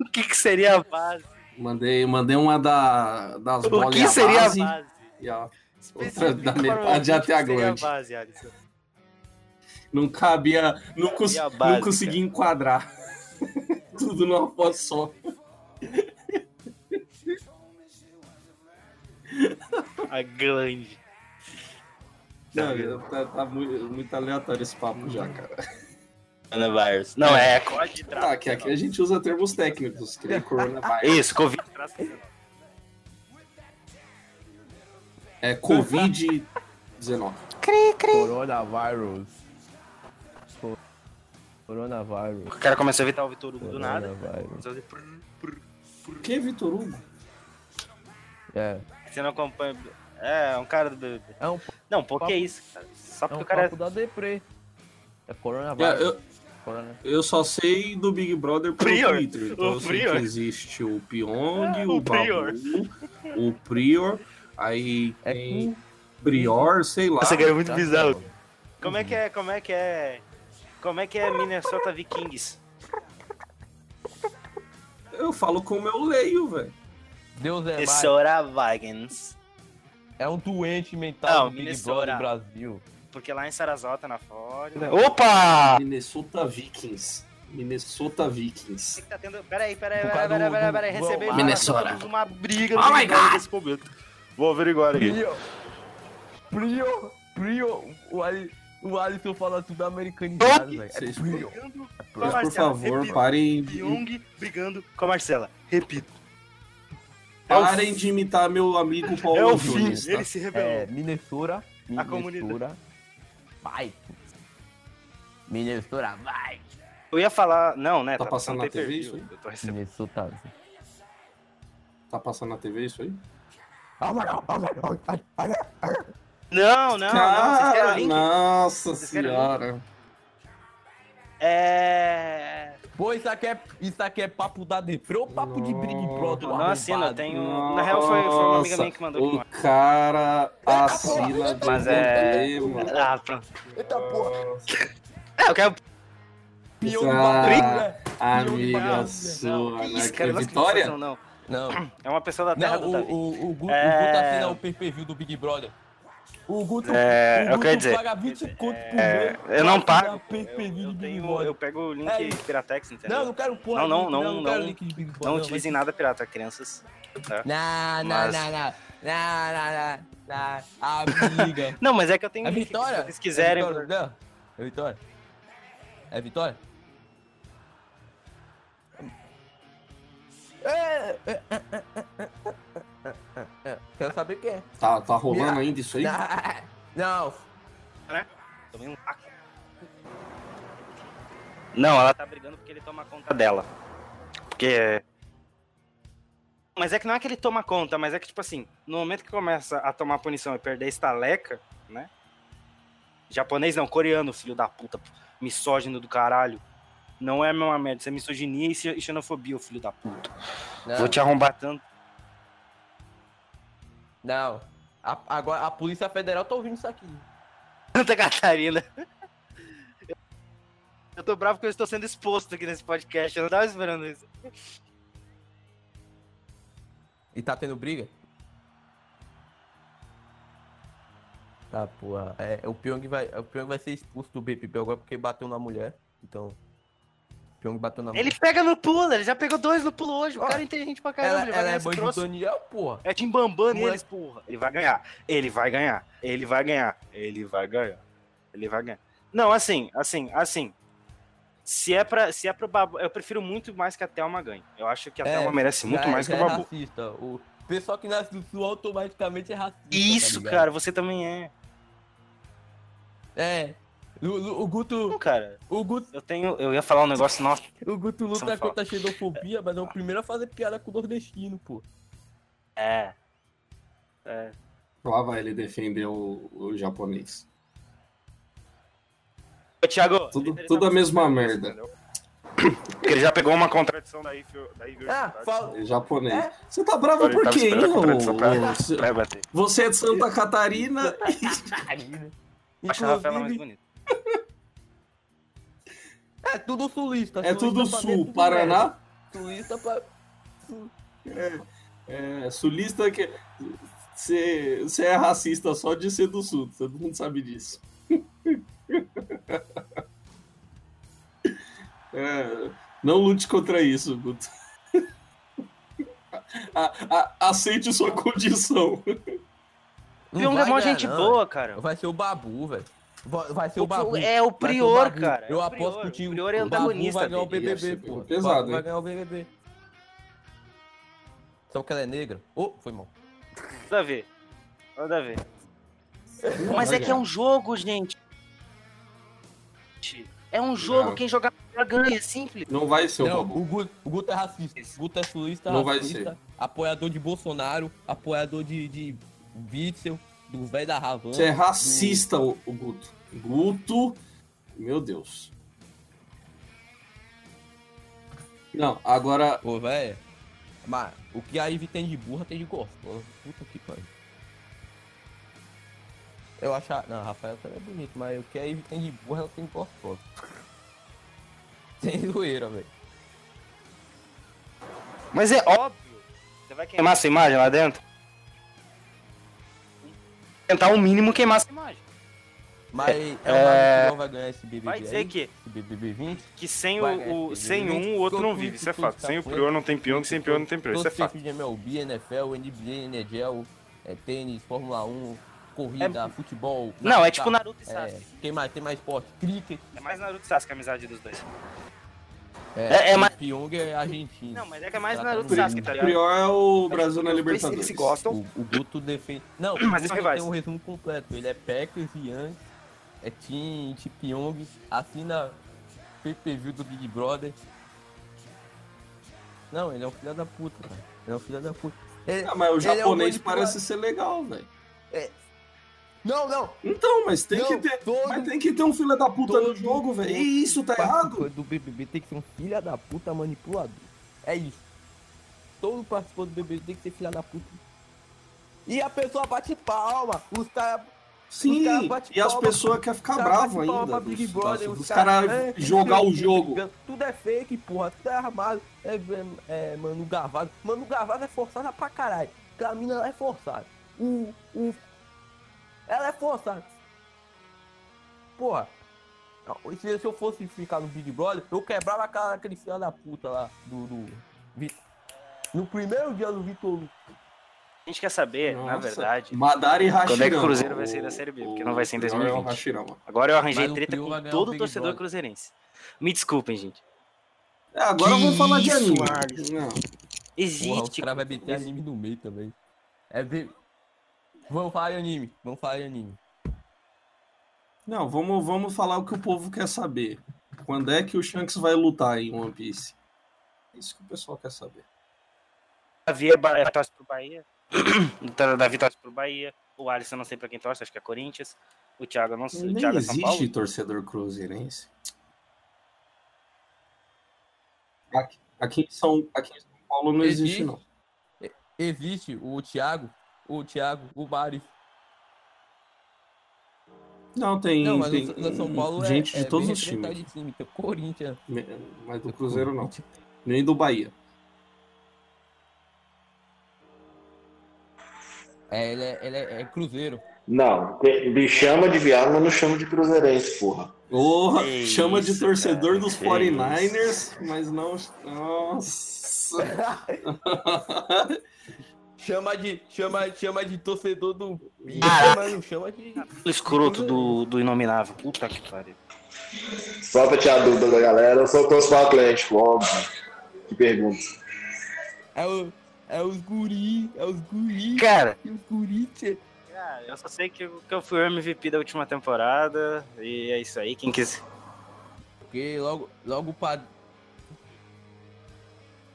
Speaker 4: o que, que seria a base?
Speaker 3: Mandei, mandei uma da, das
Speaker 4: (laughs) O
Speaker 3: bolas e
Speaker 4: que
Speaker 3: a
Speaker 4: seria
Speaker 3: base
Speaker 4: a base?
Speaker 3: e a-
Speaker 4: Especifica
Speaker 3: da
Speaker 4: para o
Speaker 3: metade
Speaker 4: ouvinte
Speaker 3: até a
Speaker 4: o que seria
Speaker 3: glande.
Speaker 4: a base, Alisson.
Speaker 3: Não cabia. Não, cons-
Speaker 4: Cabia a
Speaker 3: não
Speaker 4: base,
Speaker 3: consegui enquadrar. (laughs) Tudo numa foto só.
Speaker 4: A glande.
Speaker 3: Não, tá, tá muito, muito aleatório esse papo
Speaker 4: Uhum.
Speaker 3: já, cara.
Speaker 4: Coronavírus. Não, é Covid traço.
Speaker 3: Tá, que aqui a gente usa termos técnicos,
Speaker 4: (laughs)
Speaker 3: que nem coronavírus.
Speaker 4: Isso, Covid traço.
Speaker 3: É Covid-19.
Speaker 4: (laughs)
Speaker 2: Coronavírus. Co- Coronavírus.
Speaker 4: O cara começa a evitar o Vitor Hugo do nada.
Speaker 2: Coronavírus.
Speaker 4: Só de prrr.
Speaker 3: Por que Vitor Hugo?
Speaker 2: É.
Speaker 4: Você não acompanha. É, é um cara do BBB.
Speaker 2: É um,
Speaker 4: Não, pô, que é isso, cara? Só
Speaker 2: é
Speaker 4: porque
Speaker 2: um
Speaker 4: o cara.
Speaker 2: papo da deprê. É coronavírus.
Speaker 3: É, eu,
Speaker 2: Corona-
Speaker 3: eu só sei do Big Brother pelo
Speaker 4: Prior.
Speaker 3: Twitter. Então
Speaker 4: O
Speaker 3: eu sei
Speaker 4: Prior.
Speaker 3: que existe o Pyong,
Speaker 4: Ah,
Speaker 3: o,
Speaker 4: o Prior.
Speaker 3: Babu, o Prior, aí
Speaker 2: É
Speaker 3: tem Prior, sei lá.
Speaker 4: Esse cara é muito
Speaker 2: Tá
Speaker 4: bizarro.
Speaker 2: bom.
Speaker 4: Como é que é? Como é que é? Como é que é Minnesota Vikings?
Speaker 3: Eu falo como eu leio, velho.
Speaker 2: Deus é mais.
Speaker 4: Minnesota Vikings.
Speaker 2: É um doente mental
Speaker 4: Não,
Speaker 2: do Big
Speaker 4: Minnesota.
Speaker 2: Brother Brasil.
Speaker 4: Porque lá em Sarasota, na Flórida. Opa!
Speaker 3: Minnesota Vikings. Minnesota Vikings.
Speaker 4: Tá tendo... Peraí, peraí,
Speaker 2: Por causa
Speaker 4: peraí, peraí,
Speaker 2: do-
Speaker 4: peraí,
Speaker 2: do-
Speaker 4: peraí.
Speaker 2: do-
Speaker 4: Recebeu
Speaker 7: Minnesota.
Speaker 4: informação de uma briga
Speaker 7: Oh my God!
Speaker 4: nesse momento.
Speaker 5: Vou averiguar aqui.
Speaker 2: Prio, Prio, Prio, o, Ali, o Alisson fala tudo americanizado, velho. É
Speaker 3: Vocês-
Speaker 2: Prio.
Speaker 4: Brigando com a
Speaker 3: Mas, por
Speaker 4: Marcela.
Speaker 3: favor,
Speaker 4: Repito,
Speaker 3: parem,
Speaker 4: Pyong brigando com a Marcela. Repito.
Speaker 3: parem de imitar meu amigo Paulo
Speaker 4: É o fim.
Speaker 3: Nunes, tá?
Speaker 4: Ele se
Speaker 2: É,
Speaker 4: rebelou.
Speaker 2: Minnesota,
Speaker 4: A comunidade.
Speaker 2: Minnesota, vai. Minnesota, vai.
Speaker 4: Eu ia falar. Não, né?
Speaker 3: Tá passando na TV
Speaker 4: pay-per-view.
Speaker 3: isso
Speaker 4: Eu tô recebendo.
Speaker 2: Minnesota.
Speaker 3: Tá passando na TV isso aí?
Speaker 4: Não, não, não. Vocês
Speaker 3: Ah!
Speaker 4: querem o link?
Speaker 3: Nossa
Speaker 4: Vocês querem o link?
Speaker 3: senhora.
Speaker 4: É.
Speaker 2: Pô, isso aqui é, isso aqui é papo da Defre ou papo de Big Brother?
Speaker 4: Não assina, tem um. Na
Speaker 3: Nossa.
Speaker 4: real foi, foi uma amiga minha que mandou.
Speaker 3: O cara assina
Speaker 4: Mas é-
Speaker 3: mano.
Speaker 4: Ah, pronto.
Speaker 1: Eita porra.
Speaker 4: É, eu quero.
Speaker 2: Pião é, né?
Speaker 3: Ah,
Speaker 2: Não,
Speaker 3: amiga
Speaker 2: não.
Speaker 3: sua, né?
Speaker 4: Isso,
Speaker 3: Que é
Speaker 4: cara, eu não sei
Speaker 3: Vitória?
Speaker 4: fazer, um não.
Speaker 2: Não,
Speaker 4: É uma pessoa da terra
Speaker 2: não,
Speaker 4: do
Speaker 2: o,
Speaker 4: Davi.
Speaker 2: o, o, Guto, o Guto
Speaker 4: É.
Speaker 2: assina o pay-per-view do Big Brother. O Guto, o
Speaker 4: É, eu
Speaker 2: Guto
Speaker 4: quero dizer,
Speaker 2: paga 20 conto por
Speaker 4: é,
Speaker 2: mês
Speaker 4: eu
Speaker 2: pra
Speaker 4: não
Speaker 2: assinar
Speaker 4: pago.
Speaker 2: o pay-per-view
Speaker 4: Eu,
Speaker 2: do Big
Speaker 4: tenho,
Speaker 2: Brother.
Speaker 4: eu pego o link
Speaker 2: É.
Speaker 4: Piratex,
Speaker 2: Não, eu
Speaker 4: entendeu?
Speaker 2: não quero porra.
Speaker 4: Não, não,
Speaker 2: de link,
Speaker 4: não,
Speaker 2: quero
Speaker 4: não.
Speaker 2: link de Big Brother.
Speaker 4: Não utilizem nada pirata, crianças. tá?
Speaker 2: Não, não,
Speaker 4: Mas-
Speaker 2: não, não. Não, não, não, não.
Speaker 4: (laughs)
Speaker 2: Amiga.
Speaker 4: Não, mas é que eu tenho
Speaker 2: É
Speaker 4: um link,
Speaker 2: Vitória?
Speaker 4: Se vocês quiserem.
Speaker 2: É Vitória? Não. É Vitória? É Vitória? É, é, é, é, é, é, é, é. Quero saber quem é.
Speaker 3: Tá, tá rolando ainda isso aí?
Speaker 2: Não. (laughs)
Speaker 4: Tomei um taco. Não, ela tá brigando porque ele toma conta dela. Porque é. Mas é que não é que ele toma conta, mas é que, tipo assim, no momento que começa a tomar punição e perder a estaleca, né? Japonês não, coreano, filho da puta, misógino do caralho. Não é a mesma merda, isso é misoginia e xe- e xenofobia, ô filho da puta.
Speaker 2: Não.
Speaker 4: Vou te arrombar tanto.
Speaker 2: não. A, agora a Polícia Federal tá ouvindo isso aqui.
Speaker 4: Santa Catarina. Eu tô bravo porque eu estou sendo exposto aqui nesse podcast. Eu não tava esperando isso.
Speaker 2: E tá tendo briga? Tá, porra. É, o Pyong vai, o Pyong vai ser expulso do BPP agora porque bateu na mulher. Então. O Pyong bateu na
Speaker 4: Ele
Speaker 2: mulher.
Speaker 4: pega no pulo, ele já pegou dois no pulo hoje. O
Speaker 2: Ó,
Speaker 4: cara é inteligente pra caramba.
Speaker 2: Ela,
Speaker 4: ele vai
Speaker 2: ela
Speaker 4: ganhar
Speaker 2: é
Speaker 4: esse
Speaker 2: banho do
Speaker 4: troço.
Speaker 2: Daniel, porra.
Speaker 4: É timbambando
Speaker 2: Moleque.
Speaker 4: eles, porra. Ele vai ganhar. Ele vai ganhar. Ele vai ganhar. Ele vai ganhar. Ele vai ganhar. Não, assim, assim, assim. Se é pra. Se é pro Babu. Eu prefiro muito mais que a Thelma ganhe. Eu acho que a
Speaker 2: É,
Speaker 4: Thelma merece muito
Speaker 2: Já-
Speaker 4: mais que
Speaker 2: já
Speaker 4: o
Speaker 2: é
Speaker 4: Babu.
Speaker 2: racista. O pessoal que nasce do sul automaticamente é racista. tá
Speaker 4: Isso,
Speaker 2: ligado?
Speaker 4: cara, você também é.
Speaker 2: É. O, o- o
Speaker 4: Não,
Speaker 2: Guto.
Speaker 4: cara.
Speaker 2: O Guto,
Speaker 4: Eu tenho. Eu ia falar um negócio, nossa.
Speaker 2: o Guto luta
Speaker 4: Só fala.
Speaker 2: contra a xenofobia, mas é o primeiro a fazer piada com o nordestino, pô.
Speaker 4: É. É.
Speaker 3: Lá vai ele defender o, o japonês.
Speaker 4: Ô, Thiago,
Speaker 3: Tudo-
Speaker 4: ele tá
Speaker 3: tudo a mesma
Speaker 4: buscando isso,
Speaker 3: merda.
Speaker 4: entendeu?
Speaker 5: Porque ele já pegou uma contradição daí, fio- daí viu?
Speaker 2: Ah, fala.
Speaker 3: É japonês.
Speaker 2: É?
Speaker 3: Você tá bravo
Speaker 5: Ele
Speaker 3: por
Speaker 5: tava
Speaker 3: quê, hein,
Speaker 5: esperando a
Speaker 3: ô-
Speaker 5: contradição pra-
Speaker 3: ô-
Speaker 5: Vai bater.
Speaker 3: Você é de Santa Catarina
Speaker 4: Acho a Rafaela é mais
Speaker 2: Inclusive,
Speaker 4: bonita. um-
Speaker 2: é tudo sulista.
Speaker 3: É tudo
Speaker 2: sulista pra mim é tudo
Speaker 3: sul,
Speaker 2: merda.
Speaker 3: Paraná.
Speaker 2: Sulista pra. sul-
Speaker 3: É, sulista que. Você você é racista só de ser do sul, todo mundo sabe disso. (laughs) É, não lute contra isso, Guto. A- a- aceite sua condição.
Speaker 4: O Pyong é
Speaker 2: vai
Speaker 4: mó
Speaker 2: ganhar,
Speaker 4: gente
Speaker 2: não,
Speaker 4: boa, cara.
Speaker 2: Vai ser o Babu, velho. Va- Vai ser o,
Speaker 4: O Pyong
Speaker 2: Babu.
Speaker 4: é o
Speaker 2: Vai ser
Speaker 4: prior,
Speaker 2: Babu.
Speaker 4: cara.
Speaker 2: Eu
Speaker 4: É o
Speaker 2: aposto
Speaker 4: prior.
Speaker 2: contigo.
Speaker 4: O prior é
Speaker 2: o
Speaker 4: antagonista
Speaker 2: Babu vai ganhar o
Speaker 4: dele.
Speaker 3: Ia ser
Speaker 2: BBB, pô.
Speaker 3: pesado,
Speaker 2: Babu vai
Speaker 3: hein?
Speaker 2: ganhar o BBB. Só que ela é negra. Ô, foi mal.
Speaker 4: Nada a ver. Nada a ver. Mas é que é um jogo, gente. É um jogo,
Speaker 3: Não.
Speaker 4: quem jogar melhor ganha, é simples.
Speaker 3: Não vai ser o
Speaker 2: Não,
Speaker 3: Então, Babu.
Speaker 2: o Guto, o Guto é racista. O Guto é sulista,
Speaker 3: Não vai
Speaker 2: racista, apoiador de Bolsonaro, apoiador de, de Witzel, do velho da Ravan.
Speaker 3: Você é racista, o, o Guto. Guto, meu Deus. Não, agora
Speaker 2: Pô, velho. Mas o que a Ivy tem de burra tem de gostosa. Puta que pariu. Eu acho. a- Não, a Rafael também é bonito, mas o que a Ivy tem de burra ela tem de (laughs) gostosa. Tem zoeira, velho.
Speaker 4: Mas é óbvio. Você vai queimar sua imagem lá dentro? Tentar o mínimo queimar sua imagem.
Speaker 2: Mas é,
Speaker 4: É.
Speaker 2: o Mago que não vai ganhar esse BBB.
Speaker 4: Vai dizer
Speaker 2: aí,
Speaker 4: que,
Speaker 2: Esse BBB 20.
Speaker 4: que sem,
Speaker 2: Vai ganhar
Speaker 4: o, o-
Speaker 2: esse
Speaker 4: sem
Speaker 2: jogo.
Speaker 4: um, o outro não
Speaker 2: Todo
Speaker 4: vive. Isso é
Speaker 2: mundo
Speaker 4: fato. Sem o
Speaker 2: tá
Speaker 4: prior não tem peão, sem peão não tem peão. Isso é
Speaker 2: Todos os
Speaker 4: fato.
Speaker 2: tipos de MLB, NFL, NBA, NHL, é, tênis, Fórmula 1, corrida, futebol.
Speaker 4: Não, é
Speaker 2: natação,
Speaker 4: tipo Naruto e
Speaker 2: É,
Speaker 4: Sasuke.
Speaker 2: quem mais? Tem mais esporte? Cricket.
Speaker 4: É mais Naruto e Sasuke a
Speaker 2: tá
Speaker 4: amizade dos dois.
Speaker 2: É,
Speaker 4: É- é mais-
Speaker 2: o Pyong é argentino.
Speaker 4: Não, mas é que é mais
Speaker 2: Tá
Speaker 4: Naruto
Speaker 2: tão
Speaker 4: e Sasuke,
Speaker 2: bonito.
Speaker 4: tá
Speaker 3: o
Speaker 4: ligado?
Speaker 3: pior é o Brasil na Libertadores.
Speaker 4: Eles se gostam.
Speaker 2: O, o Guto
Speaker 4: (coughs)
Speaker 2: defende. Não, o
Speaker 4: Mas eles
Speaker 2: Guto
Speaker 4: são rivais.
Speaker 2: tem um resumo completo. Ele é Packers, Yankees, é Team, Team Pyong, assina PPV do Big Brother. Não, ele é um filho da puta, cara. Ele é um filho da puta. Ele-
Speaker 3: Ah, mas o
Speaker 2: ele é um
Speaker 3: japonês
Speaker 2: manipulador.
Speaker 3: parece ser legal, velho.
Speaker 9: Não, não.
Speaker 3: Então, mas tem
Speaker 9: Não,
Speaker 3: que ter.
Speaker 9: todo-
Speaker 3: Mas tem que ter um filho da puta no
Speaker 2: todo
Speaker 3: jogo, velho.
Speaker 2: mundo-
Speaker 3: E isso tá errado?
Speaker 2: participante do BBB tem que ser um filha da puta manipulador. É isso. Todo participante do BBB tem que ser filha da puta. E a pessoa bate palma, os caras
Speaker 3: Sim.
Speaker 2: cara bate
Speaker 3: E as
Speaker 2: palma,
Speaker 3: pessoas querem ficar
Speaker 2: cara
Speaker 3: bravas
Speaker 2: bate palma pra
Speaker 3: ainda.
Speaker 2: Big
Speaker 3: Dos,
Speaker 2: Brother,
Speaker 3: dos
Speaker 2: os
Speaker 3: caras
Speaker 2: cara-
Speaker 3: jogar
Speaker 2: (laughs)
Speaker 3: o
Speaker 2: é,
Speaker 3: jogo.
Speaker 2: Tudo é fake, porra. Tudo é armado. É, é, é, mano, o Gavado. Mano, o Gavado é forçada pra caralho. Aquela mina lá é forçada. O, o... Ela é forçada. Porra. Não, Se, se eu fosse ficar no Big Brother, eu quebrava a cara daquele filho da puta lá. Do, do... Vi- No primeiro dia do Vitor Lu-
Speaker 4: A gente quer
Speaker 2: é
Speaker 4: saber, na
Speaker 3: Nossa.
Speaker 4: verdade,
Speaker 3: Madara e Hashirama.
Speaker 4: quando é que o Cruzeiro vai sair da Série B, porque não vai ser em
Speaker 3: O pior é o
Speaker 4: 2020.
Speaker 3: Hashirama.
Speaker 4: Agora eu arranjei um
Speaker 2: Mas o
Speaker 4: treta
Speaker 2: Pio vai
Speaker 4: com
Speaker 2: ganhar o
Speaker 4: todo
Speaker 2: Big
Speaker 4: torcedor
Speaker 2: Brother.
Speaker 4: cruzeirense. Me desculpem, gente.
Speaker 3: É, agora vamos falar de
Speaker 4: isso,
Speaker 3: anime.
Speaker 4: Alisson?
Speaker 3: Não.
Speaker 2: Porra, os
Speaker 4: Existe.
Speaker 2: caras vão meter anime no meio também. É ver. Vamos falar de anime. Vamos falar de anime.
Speaker 3: Não, vamos, vamos falar o que o povo quer saber. Quando é que o Shanks vai lutar em One Piece? É Isso que o pessoal quer saber.
Speaker 4: Davi é, ba- é torce pro Bahia. (clears throat) Então, Davi torce pro Bahia. O Alisson eu não sei pra quem torce, acho que é Corinthians. O Thiago eu não sei. O
Speaker 3: Nem
Speaker 4: Thiago é São Paulo.
Speaker 3: existe torcedor cruzeirense. Aqui, aqui em São, aqui em São Paulo não existe,
Speaker 2: Existe.
Speaker 3: não.
Speaker 2: Existe o Thiago, o Thiago, o Mari.
Speaker 3: Não, tem,
Speaker 2: Não, mas
Speaker 3: tem um
Speaker 2: o na São Paulo é-
Speaker 3: gente
Speaker 2: é,
Speaker 3: de todos
Speaker 2: bem
Speaker 3: os
Speaker 2: representado
Speaker 3: times.
Speaker 2: de time. Tem o Corinthians.
Speaker 3: Me- Mas do Cruzeiro não. Nem do Bahia.
Speaker 2: É, ele é, ele é, é Cruzeiro.
Speaker 8: Não, te- me chama de viado, mas não chama de cruzeirense, porra.
Speaker 3: Porra,
Speaker 4: Que
Speaker 3: chama de
Speaker 4: isso,
Speaker 3: torcedor
Speaker 4: cara,
Speaker 3: dos
Speaker 4: que
Speaker 3: 49ers, mas não. (laughs) Nossa!
Speaker 2: Chama de, chama, chama de torcedor do. Mas não chama de.
Speaker 4: O escroto do, do Inominável. Puta que pariu.
Speaker 8: Só pra tirar a dúvida da galera, eu sou torço para o Atlético, óbvio. Que pergunta.
Speaker 2: É, o, é os guri, é os guri,
Speaker 4: Cara,
Speaker 2: e os Corinthians.
Speaker 4: cara, eu só sei que eu, que eu fui o MVP da última temporada. E é isso aí. Quem quiser.
Speaker 2: Porque logo, logo o padre.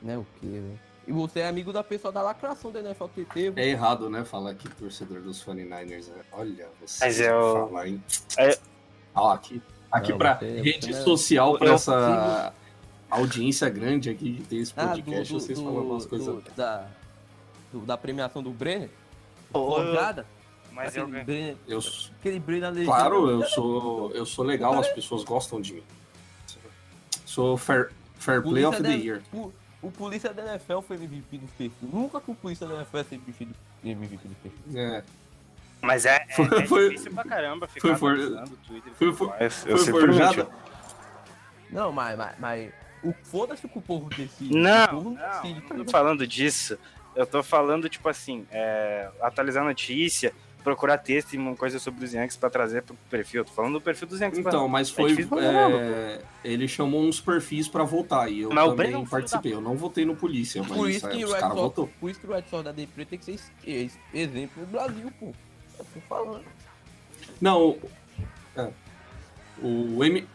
Speaker 2: Não é o que, velho? E você é amigo da pessoa da lacração da NFL TT,
Speaker 3: É errado, né? Falar que torcedor dos 49ers. né? Olha, você
Speaker 4: Mas eu-
Speaker 3: falar, hein?
Speaker 4: É-
Speaker 3: Ó, aqui, aqui
Speaker 2: Não,
Speaker 3: pra
Speaker 2: você-
Speaker 3: rede
Speaker 2: você-
Speaker 3: social, pra
Speaker 4: Eu-
Speaker 3: essa audiência grande aqui que tem esse
Speaker 4: Ah,
Speaker 2: Ah,
Speaker 3: podcast, vocês falam umas coisas.
Speaker 2: da, do- da premiação do Brenner.
Speaker 4: Ô,
Speaker 2: Forjada.
Speaker 4: Mas eu
Speaker 2: aquele,
Speaker 4: ganhei.
Speaker 2: Brenner,
Speaker 3: Eu, s-
Speaker 2: aquele Brenner legítimo.
Speaker 3: claro, é eu sou, eu sou legal, as pessoas gostam de mim. Sou fair, fair play
Speaker 2: Polícia
Speaker 3: of the
Speaker 2: deve-
Speaker 3: year.
Speaker 2: O, o polícia da NFL foi MVP do perfil. Nunca que o polícia da NFL é ser MVP do MVP do perfil.
Speaker 3: É.
Speaker 4: Mas é, é,
Speaker 3: Foi-
Speaker 4: é
Speaker 3: foi-
Speaker 4: difícil pra caramba ficar
Speaker 3: foi for-
Speaker 4: analisando o Twitter. e
Speaker 3: foi
Speaker 4: tudo
Speaker 3: for-
Speaker 4: mais.
Speaker 5: Mas eu
Speaker 3: Foi
Speaker 5: sempre
Speaker 3: forjada?
Speaker 5: menti.
Speaker 2: Não, mas, mas, mas o foda-se que o povo decide. o
Speaker 4: Não,
Speaker 2: povo
Speaker 4: não,
Speaker 2: decide.
Speaker 4: eu não tô falando disso. Eu tô falando, tipo assim, é, atualizar notícia, procurar texto e uma coisa sobre os Yankees pra trazer pro perfil. Eu tô falando do perfil dos Yankees.
Speaker 3: Então, mas foi.
Speaker 4: difícil pra
Speaker 3: é,
Speaker 4: caramba,
Speaker 3: ele chamou uns perfis pra votar e eu
Speaker 4: Mas o Breno é um
Speaker 3: também
Speaker 4: filho
Speaker 3: participei. Eu não votei no polícia, mas
Speaker 2: Por isso,
Speaker 3: é,
Speaker 2: que o
Speaker 3: os
Speaker 2: Red
Speaker 3: caras votou.
Speaker 2: Sox, por isso que o Red Sox da Depre tem que ser es- ex- exemplo do Brasil, pô. Eu tô falando.
Speaker 3: Não. é. O M.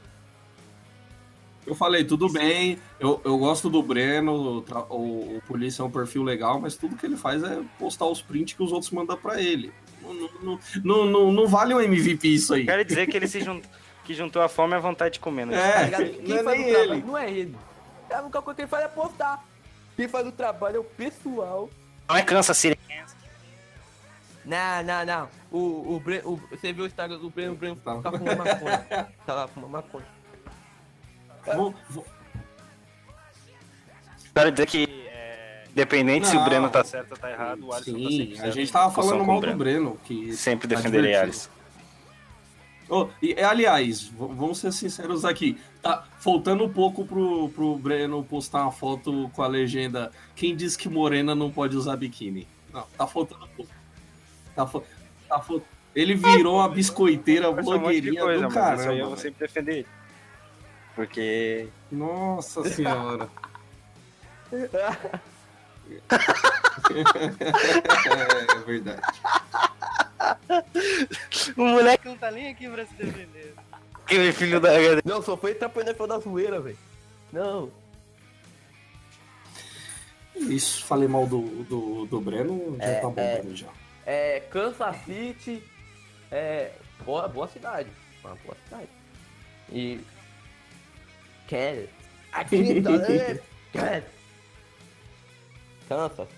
Speaker 3: Eu falei, tudo bem, eu, eu gosto do Breno, o, tra- o- o Polícia é um perfil legal, mas tudo que ele faz é postar os prints que os outros mandam pra ele. Não, não, não, não, não vale um MVP isso aí.
Speaker 4: Quero dizer que ele se juntou, (laughs) que juntou a fome e a vontade de comer. Né?
Speaker 2: Tá
Speaker 3: É,
Speaker 2: ligado? Quem
Speaker 3: não é
Speaker 2: faz
Speaker 3: nem
Speaker 2: o trabalho
Speaker 3: ele.
Speaker 2: não é ele. A única coisa que ele faz é postar. Quem faz o trabalho é o pessoal.
Speaker 4: Não é Kansas City.
Speaker 2: Não, não, não. O, o, Bre- o- você viu o Instagram do Breno, o Breno
Speaker 3: Tá.
Speaker 2: tá fumando maconha. Tá lá fumando maconha.
Speaker 3: Vou- vou-
Speaker 4: Quero dizer que, é, independente se o
Speaker 3: Não.
Speaker 4: Breno tá certo ou tá errado, o Alisson tá
Speaker 3: Sim,
Speaker 4: sempre
Speaker 3: a
Speaker 4: certo.
Speaker 3: gente tava
Speaker 4: Discussão
Speaker 3: falando
Speaker 4: com
Speaker 3: mal
Speaker 4: o
Speaker 3: do Breno, que
Speaker 4: Sempre
Speaker 3: tá
Speaker 4: defenderei
Speaker 3: divertido.
Speaker 4: Alisson.
Speaker 3: Ô, e, aliás, v- vamos ser sinceros aqui. Tá faltando um pouco pro, pro Breno postar uma foto com a legenda Quem diz que morena não pode usar biquíni? Não, tá faltando pouco. Tá, fa- tá fal- Ele virou uma biscoiteira
Speaker 4: Vai ser um monte de
Speaker 3: blogueirinha
Speaker 4: coisa,
Speaker 3: do
Speaker 4: mas isso aí
Speaker 3: caramba.
Speaker 4: eu vou
Speaker 3: velho.
Speaker 4: sempre defender ele. Porque
Speaker 3: Nossa
Speaker 4: (laughs)
Speaker 3: senhora. (laughs) é verdade.
Speaker 4: O moleque não tá nem aqui pra se defender. Que filho da.
Speaker 2: Não, só foi entrar pro NFL da zoeira, velho. Não.
Speaker 3: Isso, falei mal do, do, do Breno, já tá bom pra mim já.
Speaker 2: É Kansas City, é boa, boa cidade. Uma boa cidade. E. Kansas. Aqui (laughs) em Toledo, Kansas. Kansas,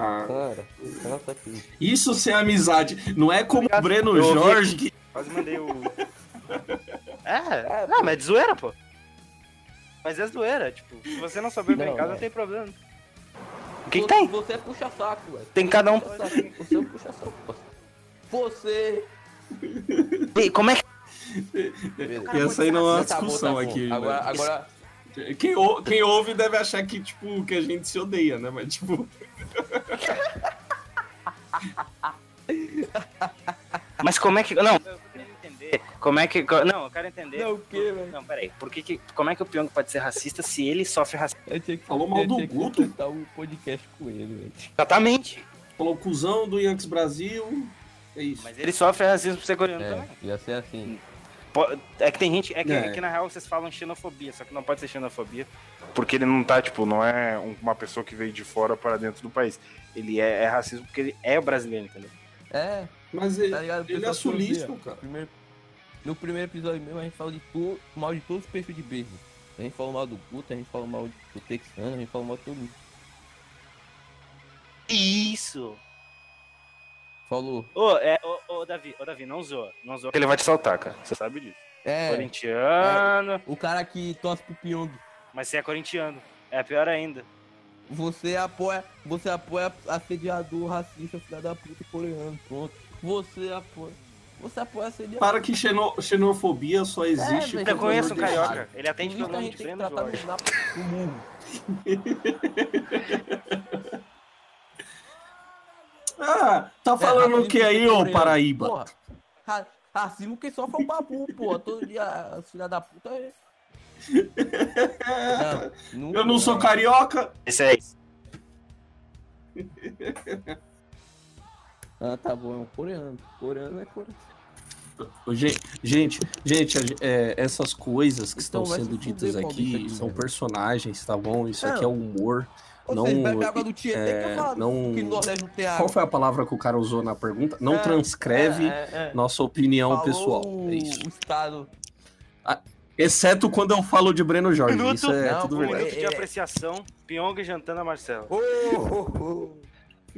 Speaker 3: Ah,
Speaker 2: cara. Kansas aqui.
Speaker 3: Isso ser amizade. Não é como o Breno
Speaker 4: Eu ouvi
Speaker 3: Jorge que.
Speaker 4: Quase mandei o. é, não, mas é de zoeira, pô. Mas é zoeira, tipo, se você não souber
Speaker 2: Não,
Speaker 4: brincar, não
Speaker 5: é.
Speaker 2: mas-
Speaker 4: tem problema. O que, tá
Speaker 2: Você-
Speaker 4: que tem?
Speaker 2: Você é puxa-saco, velho.
Speaker 4: Tem cada um.
Speaker 2: Você é um puxa-saco. Você.
Speaker 4: E Como é que.
Speaker 2: Beleza.
Speaker 3: Essa aí não é uma
Speaker 2: Tá bom,
Speaker 3: discussão
Speaker 2: tá bom.
Speaker 3: aqui.
Speaker 2: Agora,
Speaker 3: né?
Speaker 2: agora.
Speaker 3: Quem, ou- quem ouve deve achar que, tipo, que a gente se odeia, né? Mas, tipo,
Speaker 4: Mas como é que. Não, eu quero entender. Como é que. Não, eu quero entender.
Speaker 2: Não, o quê, velho?
Speaker 4: Não, peraí. Por que que... Como é que o Pyong pode ser racista se ele sofre racismo?
Speaker 2: Eu tinha que,
Speaker 3: Falou mal
Speaker 2: eu
Speaker 3: do
Speaker 2: tinha que
Speaker 3: Guto?
Speaker 2: completar um podcast com ele, velho.
Speaker 4: Exatamente.
Speaker 3: falou cuzão do Yankees Brasil. É isso.
Speaker 4: Mas ele sofre racismo por ser coreano também.
Speaker 2: É, ia ser assim.
Speaker 4: Po- É que tem gente. É que,
Speaker 3: É.
Speaker 4: é que, na real vocês falam xenofobia, só que não pode ser xenofobia.
Speaker 5: Porque ele não tá, tipo, não é um- uma pessoa que veio de fora para dentro do país. Ele é, é racismo porque ele é brasileiro, entendeu?
Speaker 2: É,
Speaker 3: Mas ele,
Speaker 2: tá ligado?
Speaker 3: ele é
Speaker 2: Pessoal,
Speaker 3: sulista,
Speaker 2: no
Speaker 3: cara.
Speaker 2: primeiro- no primeiro episódio mesmo, a gente fala de tudo, mal de todos os perfis de beijo. A gente fala mal do Guto, a gente fala mal do Texano, a gente fala mal de todo mundo.
Speaker 4: Isso!
Speaker 2: Falou.
Speaker 4: Ô, é, ô, ô, Davi, ô, Davi, não zoa. Não zoa.
Speaker 5: Ele vai te saltar, cara. Você sabe disso.
Speaker 2: É,
Speaker 4: Corintiano.
Speaker 2: o cara que torce pro Pyong,
Speaker 4: Mas você é corintiano. É pior ainda.
Speaker 2: você apoia, você apoia assediador, racista, filha da puta, coreano, pronto. Você apoia, você apoia assediador.
Speaker 3: Para que xeno- xenofobia só existe.
Speaker 2: velho,
Speaker 3: por
Speaker 4: É, Eu conheço um
Speaker 3: favor, deixar.
Speaker 4: carioca. Ele
Speaker 2: Tem
Speaker 4: atende
Speaker 2: que
Speaker 4: pelo
Speaker 2: a
Speaker 4: nome
Speaker 2: gente
Speaker 4: de
Speaker 2: tem que
Speaker 4: Breno
Speaker 2: tá tratar
Speaker 4: Jorge.
Speaker 2: no na- no mundo.
Speaker 3: Ah,
Speaker 4: É,
Speaker 3: tá falando o que aí, ô Paraíba?
Speaker 2: É, Porra, ra- racismo que sofre é o babu, porra. Todo dia, as filha da puta. é- Não,
Speaker 3: É, Eu não sou carioca.
Speaker 4: Isso aí.
Speaker 2: Ah, tá bom, é um coreano. Coreano é coreano.
Speaker 3: Ô, gen- Gente, gente, a gen- é, essas coisas que
Speaker 2: Então
Speaker 3: estão
Speaker 2: vai se
Speaker 3: sendo
Speaker 2: fuder,
Speaker 3: ditas
Speaker 2: Paulista,
Speaker 3: aqui
Speaker 2: aqui,
Speaker 3: são
Speaker 2: velho.
Speaker 3: personagens, tá bom? Isso aqui é
Speaker 2: É.
Speaker 3: humor.
Speaker 2: Ou
Speaker 3: Não,
Speaker 2: seja, bebe água do Tietê que
Speaker 3: é,
Speaker 2: eu falo.
Speaker 3: não-
Speaker 2: Que no Nordeste não tem água.
Speaker 3: Qual foi a palavra que o cara usou na pergunta? Não
Speaker 2: É,
Speaker 3: transcreve
Speaker 2: É, é, é.
Speaker 3: nossa opinião
Speaker 2: Falou
Speaker 3: pessoal.
Speaker 2: O,
Speaker 3: É isso.
Speaker 2: o Estado.
Speaker 3: Exceto quando eu falo de Breno Jorge.
Speaker 4: Minuto.
Speaker 3: Isso é
Speaker 2: Não,
Speaker 3: tudo
Speaker 4: Um
Speaker 2: por-
Speaker 3: verdade.
Speaker 4: minuto de apreciação. Pyong jantando a Marcela.
Speaker 2: Ô, ô, ô.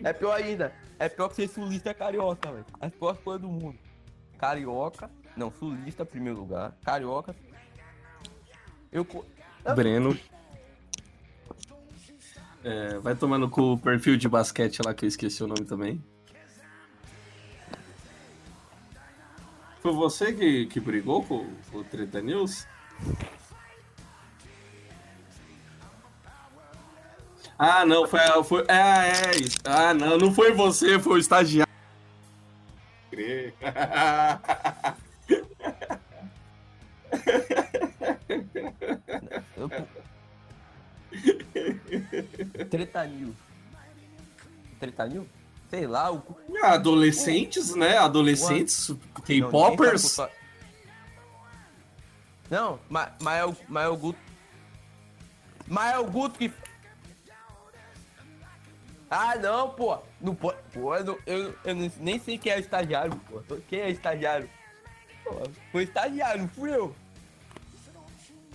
Speaker 2: É pior ainda. É pior que ser sulista é carioca, velho. As piores coisas do mundo. Carioca. Não, sulista, primeiro lugar. Carioca. Eu, co-
Speaker 3: Breno. É, vai tomando com o perfil de basquete lá que eu esqueci o nome também. Foi você que, que brigou com o Treta News? Ah, não, foi. a- foi ah, é isso. Ah, não, não foi você, foi o estagiário. Crer.
Speaker 2: Eu... (laughs) Tretanil. Tretanil? Sei lá, o. cu-
Speaker 3: Adolescentes, né? Adolescentes, K-popers.
Speaker 2: Não, tá ninguém sabe culpar. Não, mas, mas, é o, mas é o Guto. Mas é o Guto que. Ah, não, pô. Não pode. Pô, eu, não- eu, eu não- nem sei quem é o estagiário, pô. Quem é o estagiário? Pô, foi estagiário, não fui eu.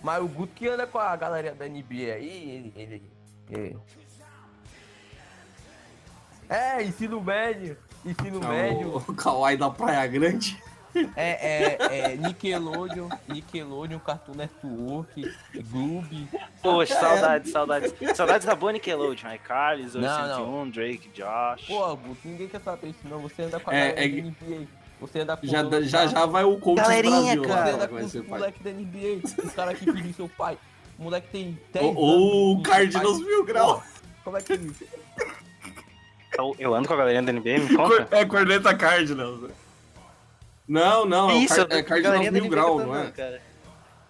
Speaker 2: Mas o Guto que anda com a galera da NBA aí, ele. ele, ele- É, ensino médio. Ensino médio.
Speaker 3: O, o Kawaii da Praia Grande.
Speaker 2: É, é, é Nickelodeon, Nickelodeon, Cartoon Network, Gloob.
Speaker 4: Poxa, saudades, saudades. Saudades da Bonnie Nickelodeon. iCarly, Zoe
Speaker 2: é. Não,
Speaker 4: 101, Drake, Josh.
Speaker 2: Pô, Guto, ninguém quer saber isso não. Você anda com a
Speaker 3: É,
Speaker 2: galera
Speaker 3: é
Speaker 2: da
Speaker 3: que-
Speaker 2: NBA. Você anda com
Speaker 3: Já,
Speaker 2: o-
Speaker 3: já já vai o coach
Speaker 4: Galerinha,
Speaker 3: Brasil
Speaker 2: Você
Speaker 3: lá.
Speaker 2: anda
Speaker 3: que
Speaker 2: com
Speaker 3: vai
Speaker 2: os
Speaker 3: ser pai.
Speaker 2: moleques da NBA. O cara que pediu seu pai. O moleque tem 10
Speaker 3: Ou- Ou o
Speaker 2: anos,
Speaker 3: Cardinals
Speaker 2: pai-
Speaker 3: Mil Grau.
Speaker 2: Como é que é isso?
Speaker 4: Eu, eu ando com a galerinha da
Speaker 2: (laughs)
Speaker 4: NBA, me
Speaker 3: Cor-
Speaker 4: conta.
Speaker 3: É Corneta Cardinals. né? Não, não, é,
Speaker 4: Isso,
Speaker 3: o Car- é Cardinals
Speaker 4: eu ando com a galerinha da
Speaker 3: Mil
Speaker 4: NBA
Speaker 3: Grau,
Speaker 4: que eu tô
Speaker 3: não é?
Speaker 4: andando, cara.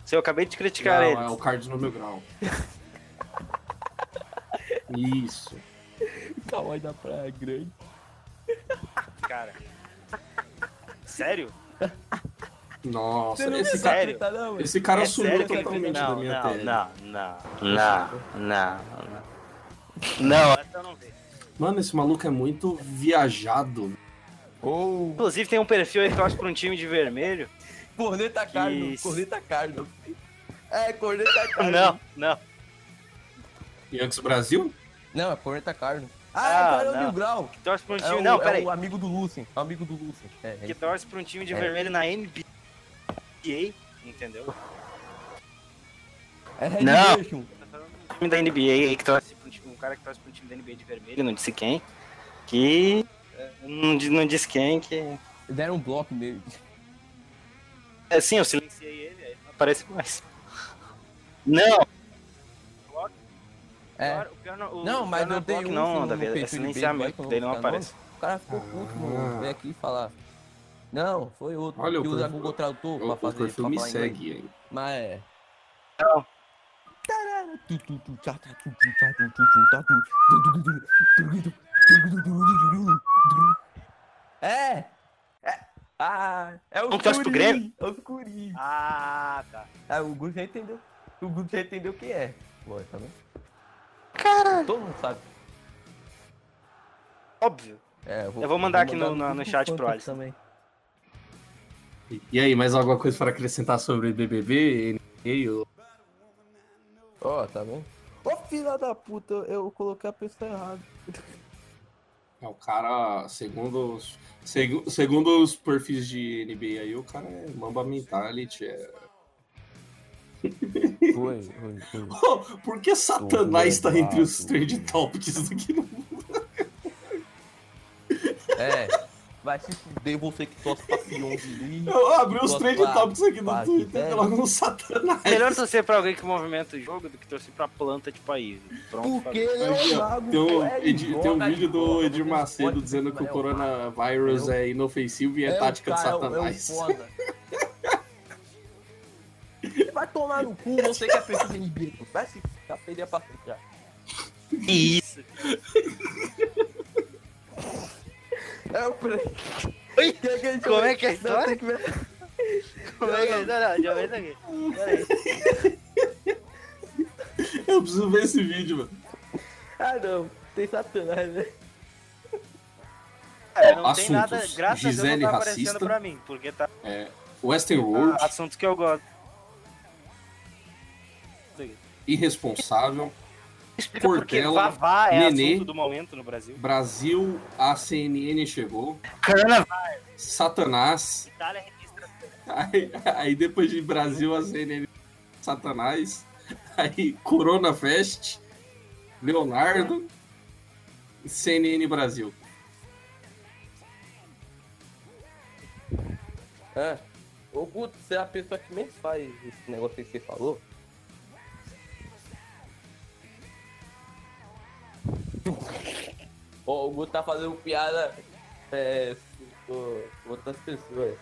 Speaker 4: Se eu acabei de criticar
Speaker 3: Não,
Speaker 4: eles.
Speaker 3: é o Cardinals Mil Grau. Isso.
Speaker 2: Kawaii da Praia Grande.
Speaker 4: Cara.
Speaker 6: É
Speaker 4: Sério?
Speaker 3: Nossa,
Speaker 2: Você não
Speaker 3: esse
Speaker 2: quer
Speaker 3: cara,
Speaker 4: sério?
Speaker 2: acreditar, tá não, mano.
Speaker 3: esse cara
Speaker 4: é
Speaker 3: sumiu
Speaker 4: sério que eu
Speaker 3: totalmente
Speaker 4: acredito?
Speaker 3: da minha
Speaker 4: não,
Speaker 3: tela.
Speaker 4: não, não, não, não, não. Não, essa eu não vejo.
Speaker 3: Mano, esse maluco é muito viajado.
Speaker 2: Ou
Speaker 6: Inclusive tem um perfil aí que torce pra um time de vermelho.
Speaker 2: Corneta Cardo,
Speaker 6: Isso.
Speaker 2: Corneta Cardo. É, Corneta (laughs) Cardo.
Speaker 6: Não, não.
Speaker 3: Yankees Brasil?
Speaker 2: Não, é Corneta Cardo.
Speaker 6: Ah,
Speaker 2: Ah, é o
Speaker 6: não.
Speaker 2: Mil Grau.
Speaker 6: Torce pra um
Speaker 2: É
Speaker 6: time.
Speaker 2: o,
Speaker 6: não,
Speaker 2: é
Speaker 6: peraí.
Speaker 2: o amigo do Lucien. É o amigo do Lucien. É, é.
Speaker 6: Que torce pra um time de
Speaker 2: É.
Speaker 6: vermelho na NBA, entendeu?
Speaker 2: É Red
Speaker 6: Não.
Speaker 2: Nation.
Speaker 6: Tá falando de um time da NBA aí que torce pra um, time- um cara que torce pra um time da NBA de vermelho, não disse quem. Que. é, Não, di- não disse quem que.
Speaker 2: Deram um bloco nele.
Speaker 6: É, sim, eu silenciei ele, aí não aparece mais. Não,
Speaker 2: É.
Speaker 6: o pior não. O,
Speaker 2: Não,
Speaker 6: o
Speaker 2: mas
Speaker 6: pior
Speaker 2: não
Speaker 6: é
Speaker 2: tem
Speaker 6: bloco,
Speaker 2: um
Speaker 6: não,
Speaker 2: no
Speaker 6: Davi,
Speaker 2: perfil
Speaker 6: é
Speaker 2: de
Speaker 6: silenciamento,
Speaker 2: beisebol,
Speaker 6: daí não
Speaker 2: tá bom?
Speaker 6: aparece.
Speaker 2: O cara ficou puto, mano. Veio aqui falar. Não, foi outro.
Speaker 3: Ah. Olha,
Speaker 2: que
Speaker 3: o
Speaker 2: usa
Speaker 3: perfil-
Speaker 2: Google Tradutor
Speaker 3: O,
Speaker 2: pra
Speaker 3: o
Speaker 2: fazer.
Speaker 3: perfil
Speaker 2: pra
Speaker 3: me
Speaker 2: falar inglês.
Speaker 3: segue aí.
Speaker 2: Mas é.
Speaker 6: Não.
Speaker 2: Tu, tu, tu, tchá, tchá, tu, tu, tchá, tu, tu, tu, tá, tu, tu, tu, tu, tu, tu, tu, tu, tu, tu, tu, tu, tu, tu. É! É! Ah! É o
Speaker 6: Não torce
Speaker 2: Curi,
Speaker 6: pro Grêmio?
Speaker 2: É o Curi!
Speaker 6: Ah, tá.
Speaker 2: Ah, o grupo já entendeu. O grupo já entendeu o que é. Boa, tá vendo? Caralho! Todo mundo sabe.
Speaker 6: Óbvio.
Speaker 2: É,
Speaker 6: Eu vou mandar aqui no-
Speaker 2: mandar
Speaker 6: no
Speaker 2: grupo
Speaker 6: chat
Speaker 2: do
Speaker 6: pro
Speaker 2: Fantasy
Speaker 6: Alisson.
Speaker 2: também.
Speaker 3: E aí, mais alguma coisa para acrescentar sobre BBB, NBA? ou-
Speaker 2: Ó, tá vendo? Ô, filha da puta, eu eu coloquei a pessoa errada.
Speaker 3: É, o cara, segundo os, segu- segundo os perfis de NBA aí, o cara é mamba mentality. É... (laughs)
Speaker 2: Foi, foi, foi.
Speaker 3: Por que Satanás
Speaker 2: Tudo
Speaker 3: tá entre os
Speaker 2: errado.
Speaker 3: trend topics aqui no mundo?
Speaker 2: É. Vai se fuder você que torce pra Sion de Lee.
Speaker 3: Eu abri os
Speaker 2: Nossa,
Speaker 3: trend
Speaker 2: claro,
Speaker 3: topics aqui no
Speaker 2: claro,
Speaker 3: Twitter
Speaker 2: velho.
Speaker 3: e logo no Satanás.
Speaker 6: Melhor torcer pra alguém que movimenta o jogo do que torcer pra planta de país. Pronto.
Speaker 2: Porque ele é
Speaker 3: Aqui,
Speaker 2: um
Speaker 3: ó,
Speaker 2: mago.
Speaker 3: Tem um,
Speaker 2: é, ele
Speaker 3: Edi- tem um
Speaker 2: joga,
Speaker 3: vídeo
Speaker 2: ele
Speaker 3: do
Speaker 2: joga,
Speaker 3: Edir
Speaker 2: você
Speaker 3: Macedo
Speaker 2: pode
Speaker 3: dizendo que
Speaker 2: dizer,
Speaker 3: o
Speaker 2: mas é um mago.
Speaker 3: coronavírus é inofensivo e é,
Speaker 2: o
Speaker 3: tática de
Speaker 2: cara, é o-
Speaker 3: Satanás. (laughs)
Speaker 2: É o foda. (laughs) Vai tomar no cu, você que é preciso de bico. Vai se ficar perder pra frente.
Speaker 6: Que isso?
Speaker 2: É o pre...
Speaker 6: Oi?
Speaker 2: Que que ele-
Speaker 6: Como é que é a
Speaker 2: Não,
Speaker 6: história?
Speaker 2: tem que ver.
Speaker 6: Como é que é? Não, não, já vem aqui. Peraí.
Speaker 3: Eu preciso ver esse vídeo, mano.
Speaker 2: Ah, não. Tem satanás, né?
Speaker 6: É, não
Speaker 3: assuntos.
Speaker 6: tem nada, graças a Deus
Speaker 3: Gisele
Speaker 6: não tá aparecendo
Speaker 3: racista.
Speaker 6: pra mim, porque tá
Speaker 3: Western World,
Speaker 6: assuntos que eu gosto.
Speaker 3: irresponsável.
Speaker 6: Explica porque
Speaker 3: Portela,
Speaker 6: Vavá é
Speaker 3: Nenê.
Speaker 6: assunto do momento no Brasil.
Speaker 3: Brasil, a CNN chegou.
Speaker 6: Coronavírus.
Speaker 3: Satanás.
Speaker 6: Itália registra
Speaker 3: Aí, aí depois de Brasil, a CNN Satanás. Aí Corona Fest, Leonardo, CNN Brasil.
Speaker 2: É. Ô, Guto, você é a pessoa que menos faz esse negócio aí que você falou. (laughs) Ó, o Guto tá fazendo piada é, com outras pessoas.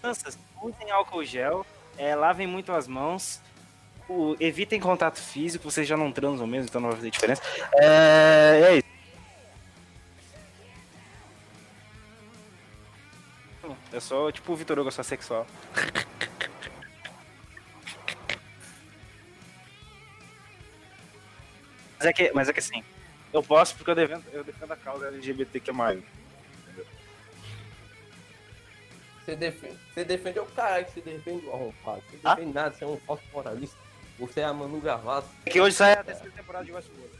Speaker 6: crianças, usem álcool gel, é, lavem muito as mãos, o- evitem contato físico, vocês já não transam mesmo, então não vai fazer diferença. É, é isso. Eu sou tipo o Vitor Hugo, eu sou sexual. Mas é que, mas é que assim, eu posso porque eu defendo, eu defendo a causa LGBTQ+.
Speaker 2: Você defende, você defende é o cara que você defende o arrombado. Você
Speaker 6: Ah?
Speaker 2: defende nada, você é um falso moralista. Você é a Manu Gavassi.
Speaker 6: É que hoje sai a terceira temporada de Westworld.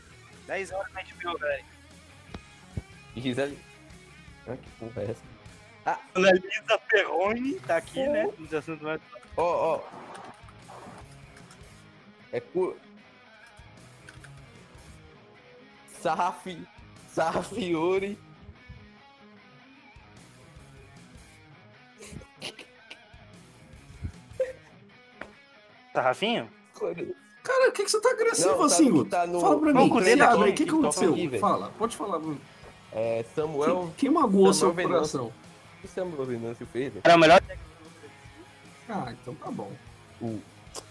Speaker 6: 10 horas na HBO, velho.
Speaker 2: E Gisele. Ah, que porra é essa?
Speaker 6: Ana Lisa Perrone tá aqui, né? Nos assuntos mais-
Speaker 2: Ó, ó. É cu. Sarrafi. Sarrafiori.
Speaker 6: Tá, Rafinho?
Speaker 3: Cara, o que, que você tá agressivo
Speaker 2: Não, tá-
Speaker 3: assim, Guto?
Speaker 2: tá no-
Speaker 3: Fala pra
Speaker 6: Não,
Speaker 3: mim,
Speaker 6: com o
Speaker 3: você
Speaker 6: dedo aqui,
Speaker 3: abre aí, o que, que
Speaker 2: que toca
Speaker 3: aconteceu?
Speaker 2: aqui, velho.
Speaker 3: Fala, pode falar. Bruno.
Speaker 2: É, Samuel.
Speaker 3: Que, que magoa seu
Speaker 2: Samuel Venâncio.
Speaker 3: coração?
Speaker 2: Que Samuel Venâncio fez? velho?
Speaker 6: Era o melhor.
Speaker 3: Ah, então tá bom.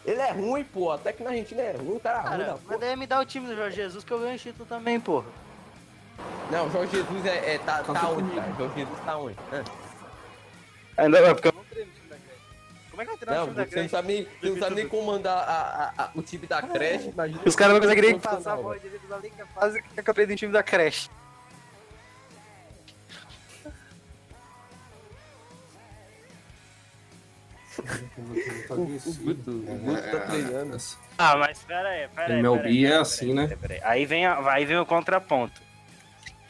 Speaker 2: Ele é ruim, pô. Até que na Argentina é ruim, o cara, é ruim da porra.
Speaker 6: daí me dá o time do Jorge Jesus que eu ganho o título também, porra.
Speaker 2: Não, Jorge Jesus é, é- tá,
Speaker 3: Calça
Speaker 2: tá onde,
Speaker 3: comigo.
Speaker 2: cara? Jorge Jesus tá onde? Hã?
Speaker 6: Ainda é porque eu não treino o time da Grécia. Como é que eu treino o
Speaker 2: Não,
Speaker 6: time da
Speaker 2: você não
Speaker 6: Grécia?
Speaker 2: sabe nem, você não sabe nem comandar a- a- a- o time da creche. Imagina
Speaker 6: Os caras não conseguem nem
Speaker 2: profissional,
Speaker 6: passar a bola
Speaker 2: velho.
Speaker 6: direita da linha fase que eu treino o time da creche.
Speaker 2: O Guto, o Guto
Speaker 3: É.
Speaker 2: tá treinando.
Speaker 4: Ah, mas pera aí, pera aí.
Speaker 3: MLB
Speaker 4: pera aí,
Speaker 3: é
Speaker 4: pera aí,
Speaker 3: assim,
Speaker 4: pera aí,
Speaker 3: né?
Speaker 4: pera aí. Aí vem, a- aí vem o contraponto.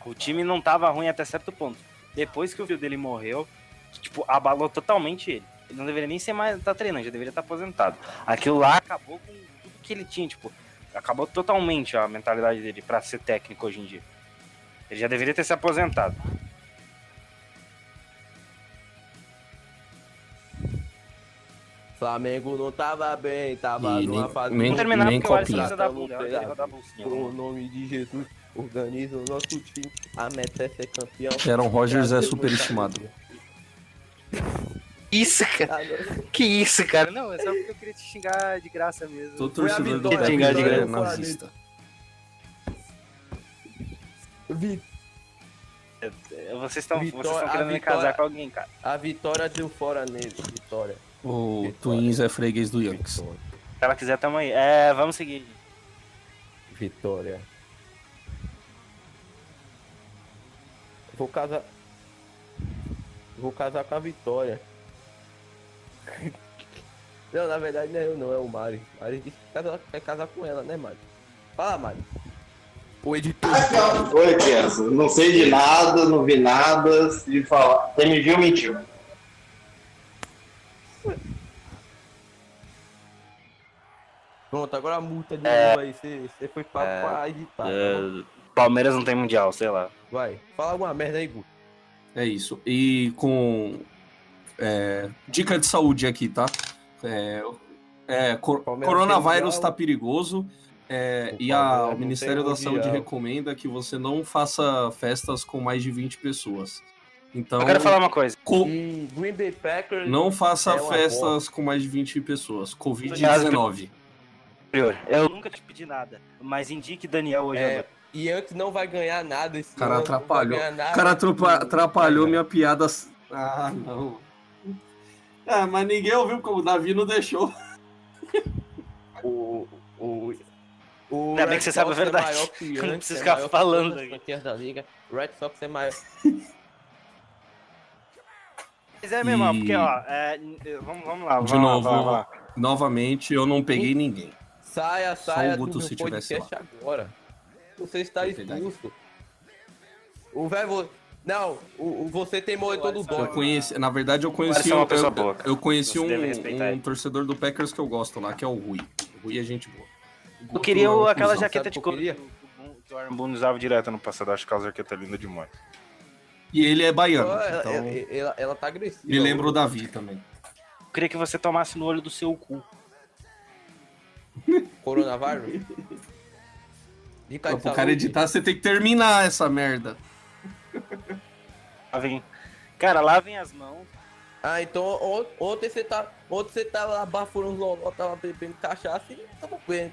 Speaker 4: O time não tava ruim até certo ponto. Depois que o filho dele morreu, tipo, abalou totalmente ele. Ele não deveria nem ser mais tá treinando, já deveria estar aposentado. Aquilo lá acabou com tudo que ele tinha, tipo, acabou totalmente a mentalidade dele pra ser técnico hoje em dia. Ele já deveria ter se aposentado.
Speaker 2: Flamengo não tava bem, tava
Speaker 3: E
Speaker 2: numa
Speaker 3: nem-
Speaker 2: fase.
Speaker 3: nem-
Speaker 4: Vamos terminar
Speaker 3: nem
Speaker 4: porque o Alisson tá né?
Speaker 3: copinha.
Speaker 4: precisa da bunda, ele vai rodar a bolsinha.
Speaker 2: Por nome de Jesus, organiza o nosso time. A meta é ser campeão.
Speaker 4: um
Speaker 7: Aaron Rodgers é
Speaker 2: Brasil
Speaker 7: superestimado.
Speaker 4: Isso, cara.
Speaker 2: Ah, não.
Speaker 4: Que isso, cara? Não,
Speaker 9: Não, é só porque eu queria te xingar de graça mesmo.
Speaker 3: Todo
Speaker 2: Foi a
Speaker 3: torcedor do
Speaker 2: vitória,
Speaker 3: Packers
Speaker 4: a vitória
Speaker 3: é
Speaker 2: do Flamengo.
Speaker 3: nazista.
Speaker 2: Vi-
Speaker 4: vocês estão vocês
Speaker 2: Vitória-
Speaker 4: estão
Speaker 2: a
Speaker 4: querendo me
Speaker 2: vitória-
Speaker 4: casar com alguém, cara.
Speaker 2: A vitória deu fora nele. Vitória.
Speaker 3: O
Speaker 2: Vitória.
Speaker 3: Twins é freguês do Yankees.
Speaker 4: Se ela quiser, tamo aí. É, vamos seguir. gente.
Speaker 2: Vitória. Vou casar. Vou casar com a Vitória. (laughs) Não, na verdade não é eu não, é o Mari. Mari disse que casa- quer casar com ela, né, Mari? Fala, Mari. O editor.
Speaker 8: Oi, Kenzo. Não sei de nada, não vi nada. Se falar. Quem me viu, mentiu.
Speaker 2: Pronto, agora a multa de novo aí. Você foi pago
Speaker 4: É.
Speaker 2: pra agitar. tá bom?
Speaker 4: É, Palmeiras não tem mundial, sei lá.
Speaker 2: Vai. Fala alguma merda aí, Guto.
Speaker 3: É isso. E com é, dica de saúde aqui, tá? É, é, cor-
Speaker 2: Palmeiras
Speaker 3: coronavírus
Speaker 2: tem
Speaker 3: tá perigoso. é,
Speaker 2: O
Speaker 3: e a-
Speaker 2: Palmeiras
Speaker 3: o
Speaker 2: não
Speaker 3: Ministério
Speaker 2: tem
Speaker 3: da Saúde
Speaker 2: mundial.
Speaker 3: recomenda que você não faça festas com mais de 20 pessoas. Então,
Speaker 4: Eu quero falar uma coisa.
Speaker 3: co-
Speaker 2: E Green Bay Packers.
Speaker 3: não faça
Speaker 2: É uma
Speaker 3: festas com mais de 20 pessoas. Covid-19.
Speaker 4: Prior, eu nunca te pedi nada, mas indique Daniel hoje. à
Speaker 2: É,
Speaker 4: noite.
Speaker 2: e antes não vai ganhar nada esse
Speaker 3: O cara
Speaker 2: ano, não vai
Speaker 3: atrapalhou.
Speaker 2: ganhar nada.
Speaker 3: O cara atrapa- atrapalhou
Speaker 2: Vai,
Speaker 3: minha piada. Ah, não. Ah, mas ninguém ouviu como o Davi não deixou.
Speaker 2: O. o o
Speaker 4: Ainda bem que você
Speaker 2: Red
Speaker 4: sabe a
Speaker 2: Sox é
Speaker 4: verdade.
Speaker 2: maior que o
Speaker 4: (laughs) Não
Speaker 2: Yankees, é
Speaker 4: precisa ficar
Speaker 2: maior que
Speaker 4: falando
Speaker 2: todas as
Speaker 4: aí.
Speaker 2: franquias da liga. Red Sox é maior.
Speaker 4: Mas é mesmo, ó,
Speaker 3: E-
Speaker 4: porque, ó, é, n- vamos, vamos lá. Vamos
Speaker 3: De
Speaker 4: lá,
Speaker 3: novo,
Speaker 4: vamos lá.
Speaker 3: Novamente, eu não peguei ninguém.
Speaker 2: Saia,
Speaker 3: Só
Speaker 2: saia
Speaker 3: o Guto
Speaker 2: do
Speaker 3: se
Speaker 2: podcast
Speaker 3: tivesse
Speaker 2: agora. Você está
Speaker 3: É verdade.
Speaker 2: expulso. O velho. Não, o, o- você tem monitor do
Speaker 3: Tá. Eu
Speaker 2: bom.
Speaker 3: conheci, na verdade, eu
Speaker 4: Parece
Speaker 3: conheci
Speaker 4: é uma
Speaker 3: um,
Speaker 4: pessoa
Speaker 3: eu,
Speaker 4: boa, cara.
Speaker 3: eu conheci
Speaker 4: Você
Speaker 3: um,
Speaker 4: deve respeitar ele.
Speaker 3: um torcedor do Packers que eu gosto lá, que é o Rui. O Rui é gente boa.
Speaker 4: Eu queria o-
Speaker 3: Guto é um
Speaker 4: aquela
Speaker 3: cuzão.
Speaker 4: jaqueta
Speaker 2: sabe
Speaker 4: de
Speaker 2: o que eu
Speaker 4: couro
Speaker 2: queria?
Speaker 4: que o- que o
Speaker 5: O
Speaker 4: Armando
Speaker 5: Bruno usava direto no passado, acho que a jaqueta é linda demais.
Speaker 3: E ele é baiano,
Speaker 2: Ela,
Speaker 3: então
Speaker 2: ela, ela- ela tá agressiva.
Speaker 4: então,
Speaker 3: me lembra o Davi também.
Speaker 4: Tá, Eu queria que você tomasse no olho do seu cu.
Speaker 3: (laughs)
Speaker 2: Coronavírus. Dica
Speaker 3: Pra
Speaker 4: tá,
Speaker 2: de
Speaker 3: pro
Speaker 2: saúde.
Speaker 3: cara editar, você tem que terminar essa merda.
Speaker 4: Lavem. Cara, lavem as mãos.
Speaker 2: Ah, então on- ontem você tá, ontem você tava lá bafurando loló, tava bebendo cachaça e tava bem.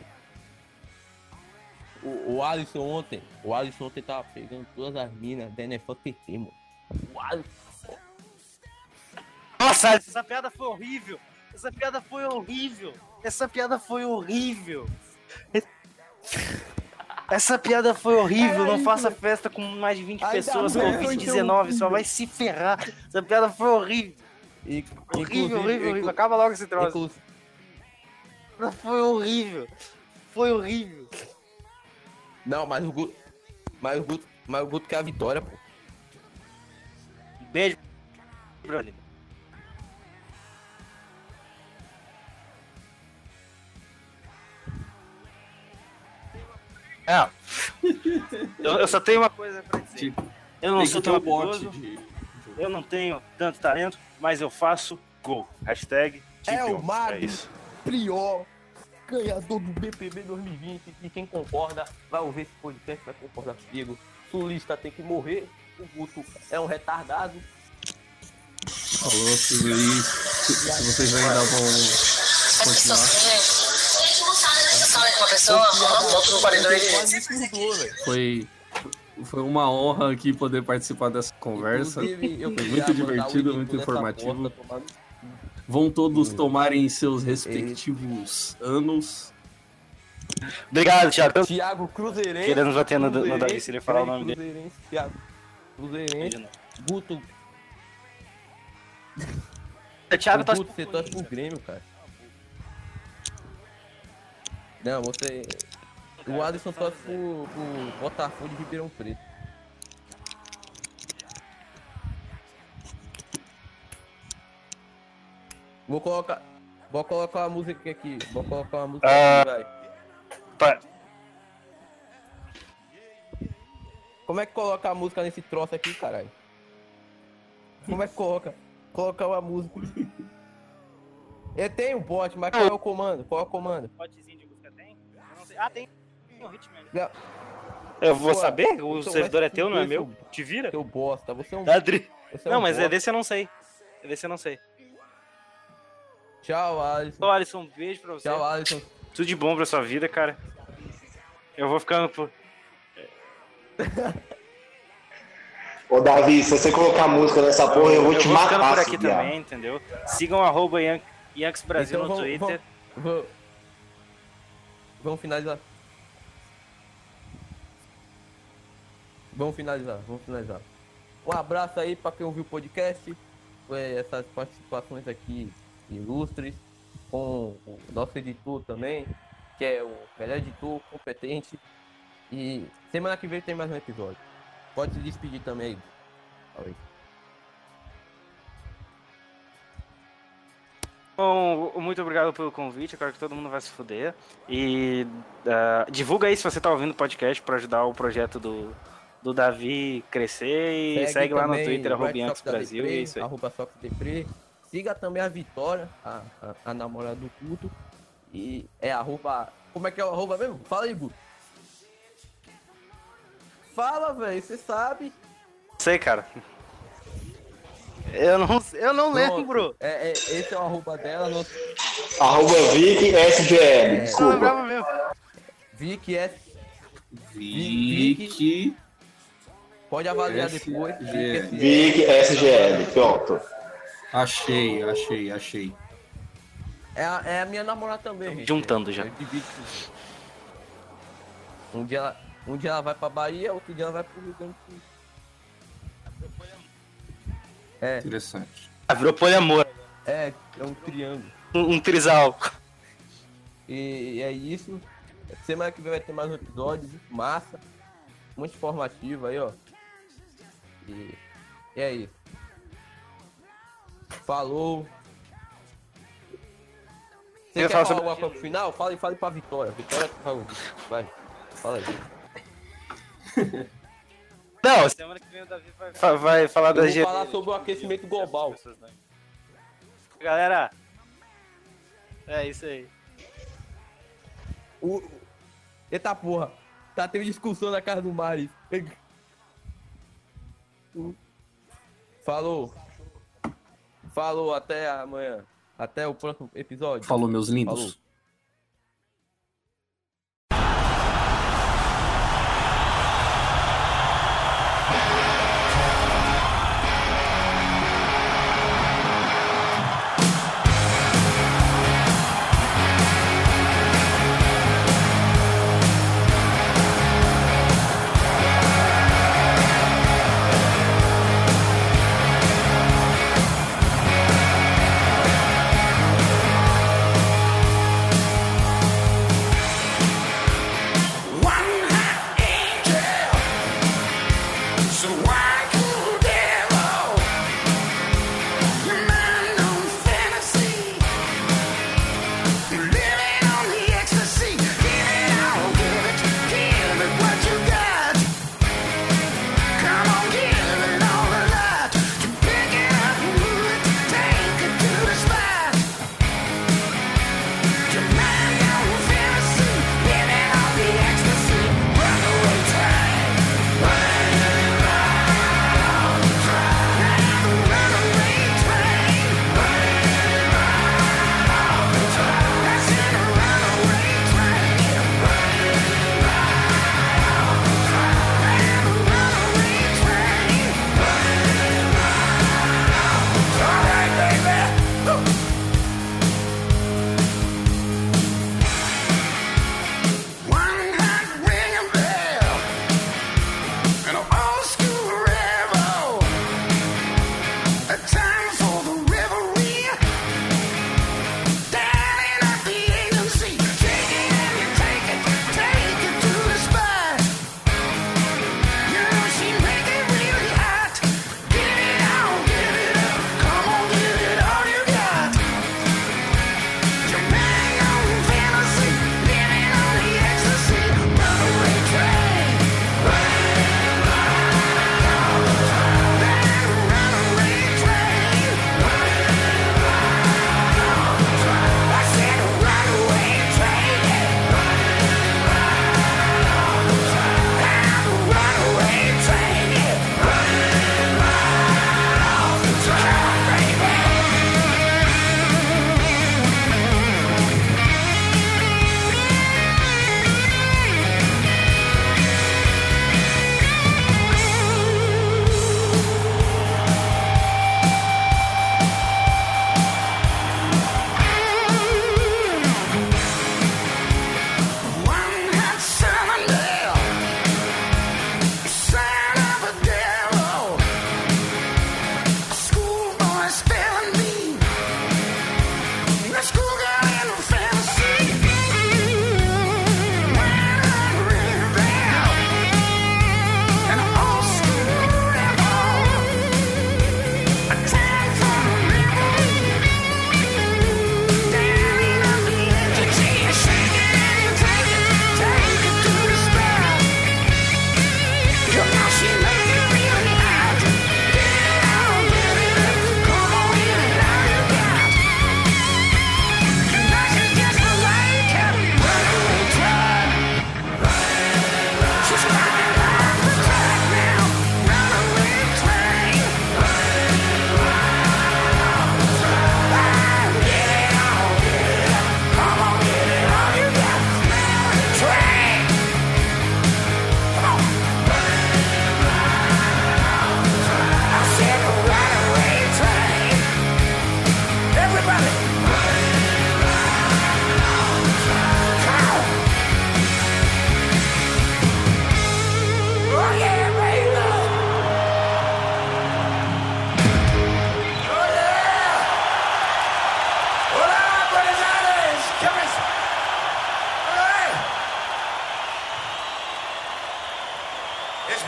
Speaker 2: O, o Alisson ontem, o Alisson ontem tava pegando todas as minas é da NFL TT, mano. O Alisson,
Speaker 4: Nossa, essa piada foi horrível. Essa piada foi horrível. Essa piada foi horrível. Essa piada foi horrível. Não faça festa com mais de 20
Speaker 2: Ainda
Speaker 4: pessoas.
Speaker 2: bem que eu
Speaker 4: Covid-19 só vai se ferrar. Essa piada foi horrível.
Speaker 2: e- inclusive-
Speaker 4: Horrível, horrível, horrível.
Speaker 2: inclu-
Speaker 4: Acaba logo esse troço.
Speaker 2: inclu-
Speaker 4: Foi horrível. Foi horrível.
Speaker 2: Não, mas o Guto, mas o Guto, mas o Guto quer a vitória, pô.
Speaker 4: Beijo, brother. É. Eu, eu só tenho uma coisa pra dizer. Eu não
Speaker 3: Tem
Speaker 4: sou
Speaker 3: que ter
Speaker 4: tão
Speaker 3: um bote
Speaker 4: habilidoso,
Speaker 3: de...
Speaker 4: eu não tenho tanto talento, mas eu faço gol.
Speaker 5: Hashtag
Speaker 2: É
Speaker 5: Champions,
Speaker 2: o Mago.
Speaker 5: É isso.
Speaker 2: Prior, ganhador do BPB 2020. E quem concorda, vai ouvir esse podcast, vai concordar comigo. Sulista tem que morrer. O Guto é um retardado.
Speaker 3: Falou, tudo isso. Se, se vocês ainda vão
Speaker 6: As pessoas,
Speaker 3: continuar.
Speaker 6: gente, a gente não sabe nessa sala que uma pessoa fala um pouco no corredor e diz:
Speaker 3: Foi, foi uma honra aqui poder participar dessa conversa.
Speaker 2: Inclusive, eu
Speaker 3: Foi
Speaker 2: queria
Speaker 3: muito
Speaker 2: botar
Speaker 3: divertido,
Speaker 2: o
Speaker 3: muito
Speaker 2: Guto nessa
Speaker 3: informativo.
Speaker 2: porta, tomar no cu.
Speaker 3: Vão
Speaker 4: Hum.
Speaker 3: todos tomarem seus respectivos anos.
Speaker 4: Obrigado, Thiago.
Speaker 2: Tiago Cruzeirense.
Speaker 4: Querendo bater no, no Davi
Speaker 2: Cruzeirense,
Speaker 4: se ele falar o nome dele.
Speaker 2: Cruzeirense, Thiago Cruzeirense. Guto.
Speaker 4: O Thiago tá.
Speaker 2: Puto, você torce pro Grêmio, cara. Não, você. O Alisson torce pro, pro Botafogo de Ribeirão Preto. Vou colocar. Vou colocar uma música aqui. Vou colocar uma música
Speaker 4: Ah.
Speaker 2: aqui, vai.
Speaker 4: Pa-
Speaker 2: Como é que coloca a música nesse troço aqui, caralho? Como é que coloca? Coloca uma música. Eu tenho o bot, mas qual é o comando? Qual é o comando?
Speaker 9: Potezinho de música tem? Eu não sei. Ah, tem. Tem um Hitman.
Speaker 4: Eu vou
Speaker 2: Pô,
Speaker 4: saber? O
Speaker 2: então
Speaker 4: servidor
Speaker 2: vai
Speaker 4: é teu, não é
Speaker 2: fuder,
Speaker 4: meu?
Speaker 2: seu-
Speaker 4: Te vira?
Speaker 2: Seu bosta, você é um.
Speaker 4: Adri-
Speaker 2: você
Speaker 4: Não,
Speaker 2: um
Speaker 4: mas é
Speaker 2: bosta.
Speaker 4: desse eu não sei. É desse eu não sei.
Speaker 2: Tchau, Alisson.
Speaker 4: Ô, Alisson, um beijo pra você.
Speaker 2: Tchau, Alisson.
Speaker 4: Tudo de bom pra sua vida, cara. Eu vou ficando por.
Speaker 8: Ô, Davi, se você colocar música nessa porra, eu vou te
Speaker 4: ficando
Speaker 8: matar,
Speaker 4: por
Speaker 8: seu
Speaker 4: aqui
Speaker 8: viado.
Speaker 4: também, entendeu? Sigam arroba Yan- Yanks Brasil
Speaker 2: Então
Speaker 4: no
Speaker 2: vamos-
Speaker 4: Twitter.
Speaker 2: Vou- Vamos finalizar. Vamos finalizar, vamos finalizar. Um abraço aí pra quem ouviu o podcast. Foi Essas participações aqui ilustres. Com o nosso editor também, que é o melhor editor, competente. E semana que vem tem mais um episódio. Pode se despedir também aí. Fala aí.
Speaker 4: Bom, muito obrigado pelo convite. Claro que todo mundo vai se fuder. E ah, divulga aí se você tá ouvindo o podcast pra ajudar o projeto do, do Davi crescer. E segue, lá no
Speaker 2: também
Speaker 4: Twitter,
Speaker 2: o
Speaker 4: arroba
Speaker 2: Red
Speaker 4: Yanks
Speaker 2: Sox da
Speaker 4: Brasil.
Speaker 2: Depre,
Speaker 4: É isso aí.
Speaker 2: Arroba Sox Depre. Siga também a Vitória, a, a, a namorada do culto. E é arroba. Como é que é o arroba mesmo? Fala aí, Guto. Fala, velho, você sabe.
Speaker 4: sei, cara. Eu não, eu não
Speaker 2: Pronto.
Speaker 4: lembro.
Speaker 2: É, é, esse é o arroba dela, nosso
Speaker 8: Arroba Vic SGL,
Speaker 4: Eu não
Speaker 8: desculpa.
Speaker 4: lembrava mesmo.
Speaker 2: Vic é.
Speaker 3: Vic.
Speaker 2: Pode avaliar
Speaker 3: Esse-
Speaker 2: depois. Vic
Speaker 3: é.
Speaker 2: SL.
Speaker 8: Vic SGL, pronto.
Speaker 3: Achei, achei, achei.
Speaker 2: É, a, é a minha namorada também, gente.
Speaker 4: Juntando já.
Speaker 2: Eu divido tudo. Um dia, ela- um dia ela vai pra Bahia, outro dia ela vai pro Rio Grande do Sul. É,
Speaker 3: Interessante.
Speaker 4: Ah, virou poliamor.
Speaker 2: é, é um triângulo.
Speaker 4: Um, um trisal.
Speaker 2: E é isso. Semana que vem vai ter mais um episódio. Massa. Muito informativo aí, ó. E, e é isso. Falou. Você
Speaker 4: Eu
Speaker 2: quer falar
Speaker 4: falo sobre-
Speaker 2: alguma coisa pro final? Fala e fale pra Vitória. Vitória, por favor. Vai. Fala aí.
Speaker 4: Não, semana que vem o Davi vai, fa- vai falar
Speaker 2: Eu
Speaker 4: da
Speaker 2: vou
Speaker 4: G.
Speaker 2: falar sobre o aquecimento global.
Speaker 4: Galera, é isso aí.
Speaker 2: O... Eita porra. Tá tendo discussão na casa do Mari. Falou. Falou, até amanhã. Até o próximo episódio.
Speaker 3: Falou, meus lindos.
Speaker 2: Falou.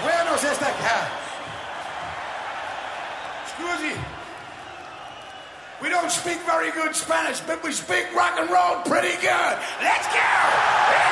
Speaker 10: buenos esta cara. Scusi. We don't speak very good Spanish, but we speak rock and roll pretty good. Let's go!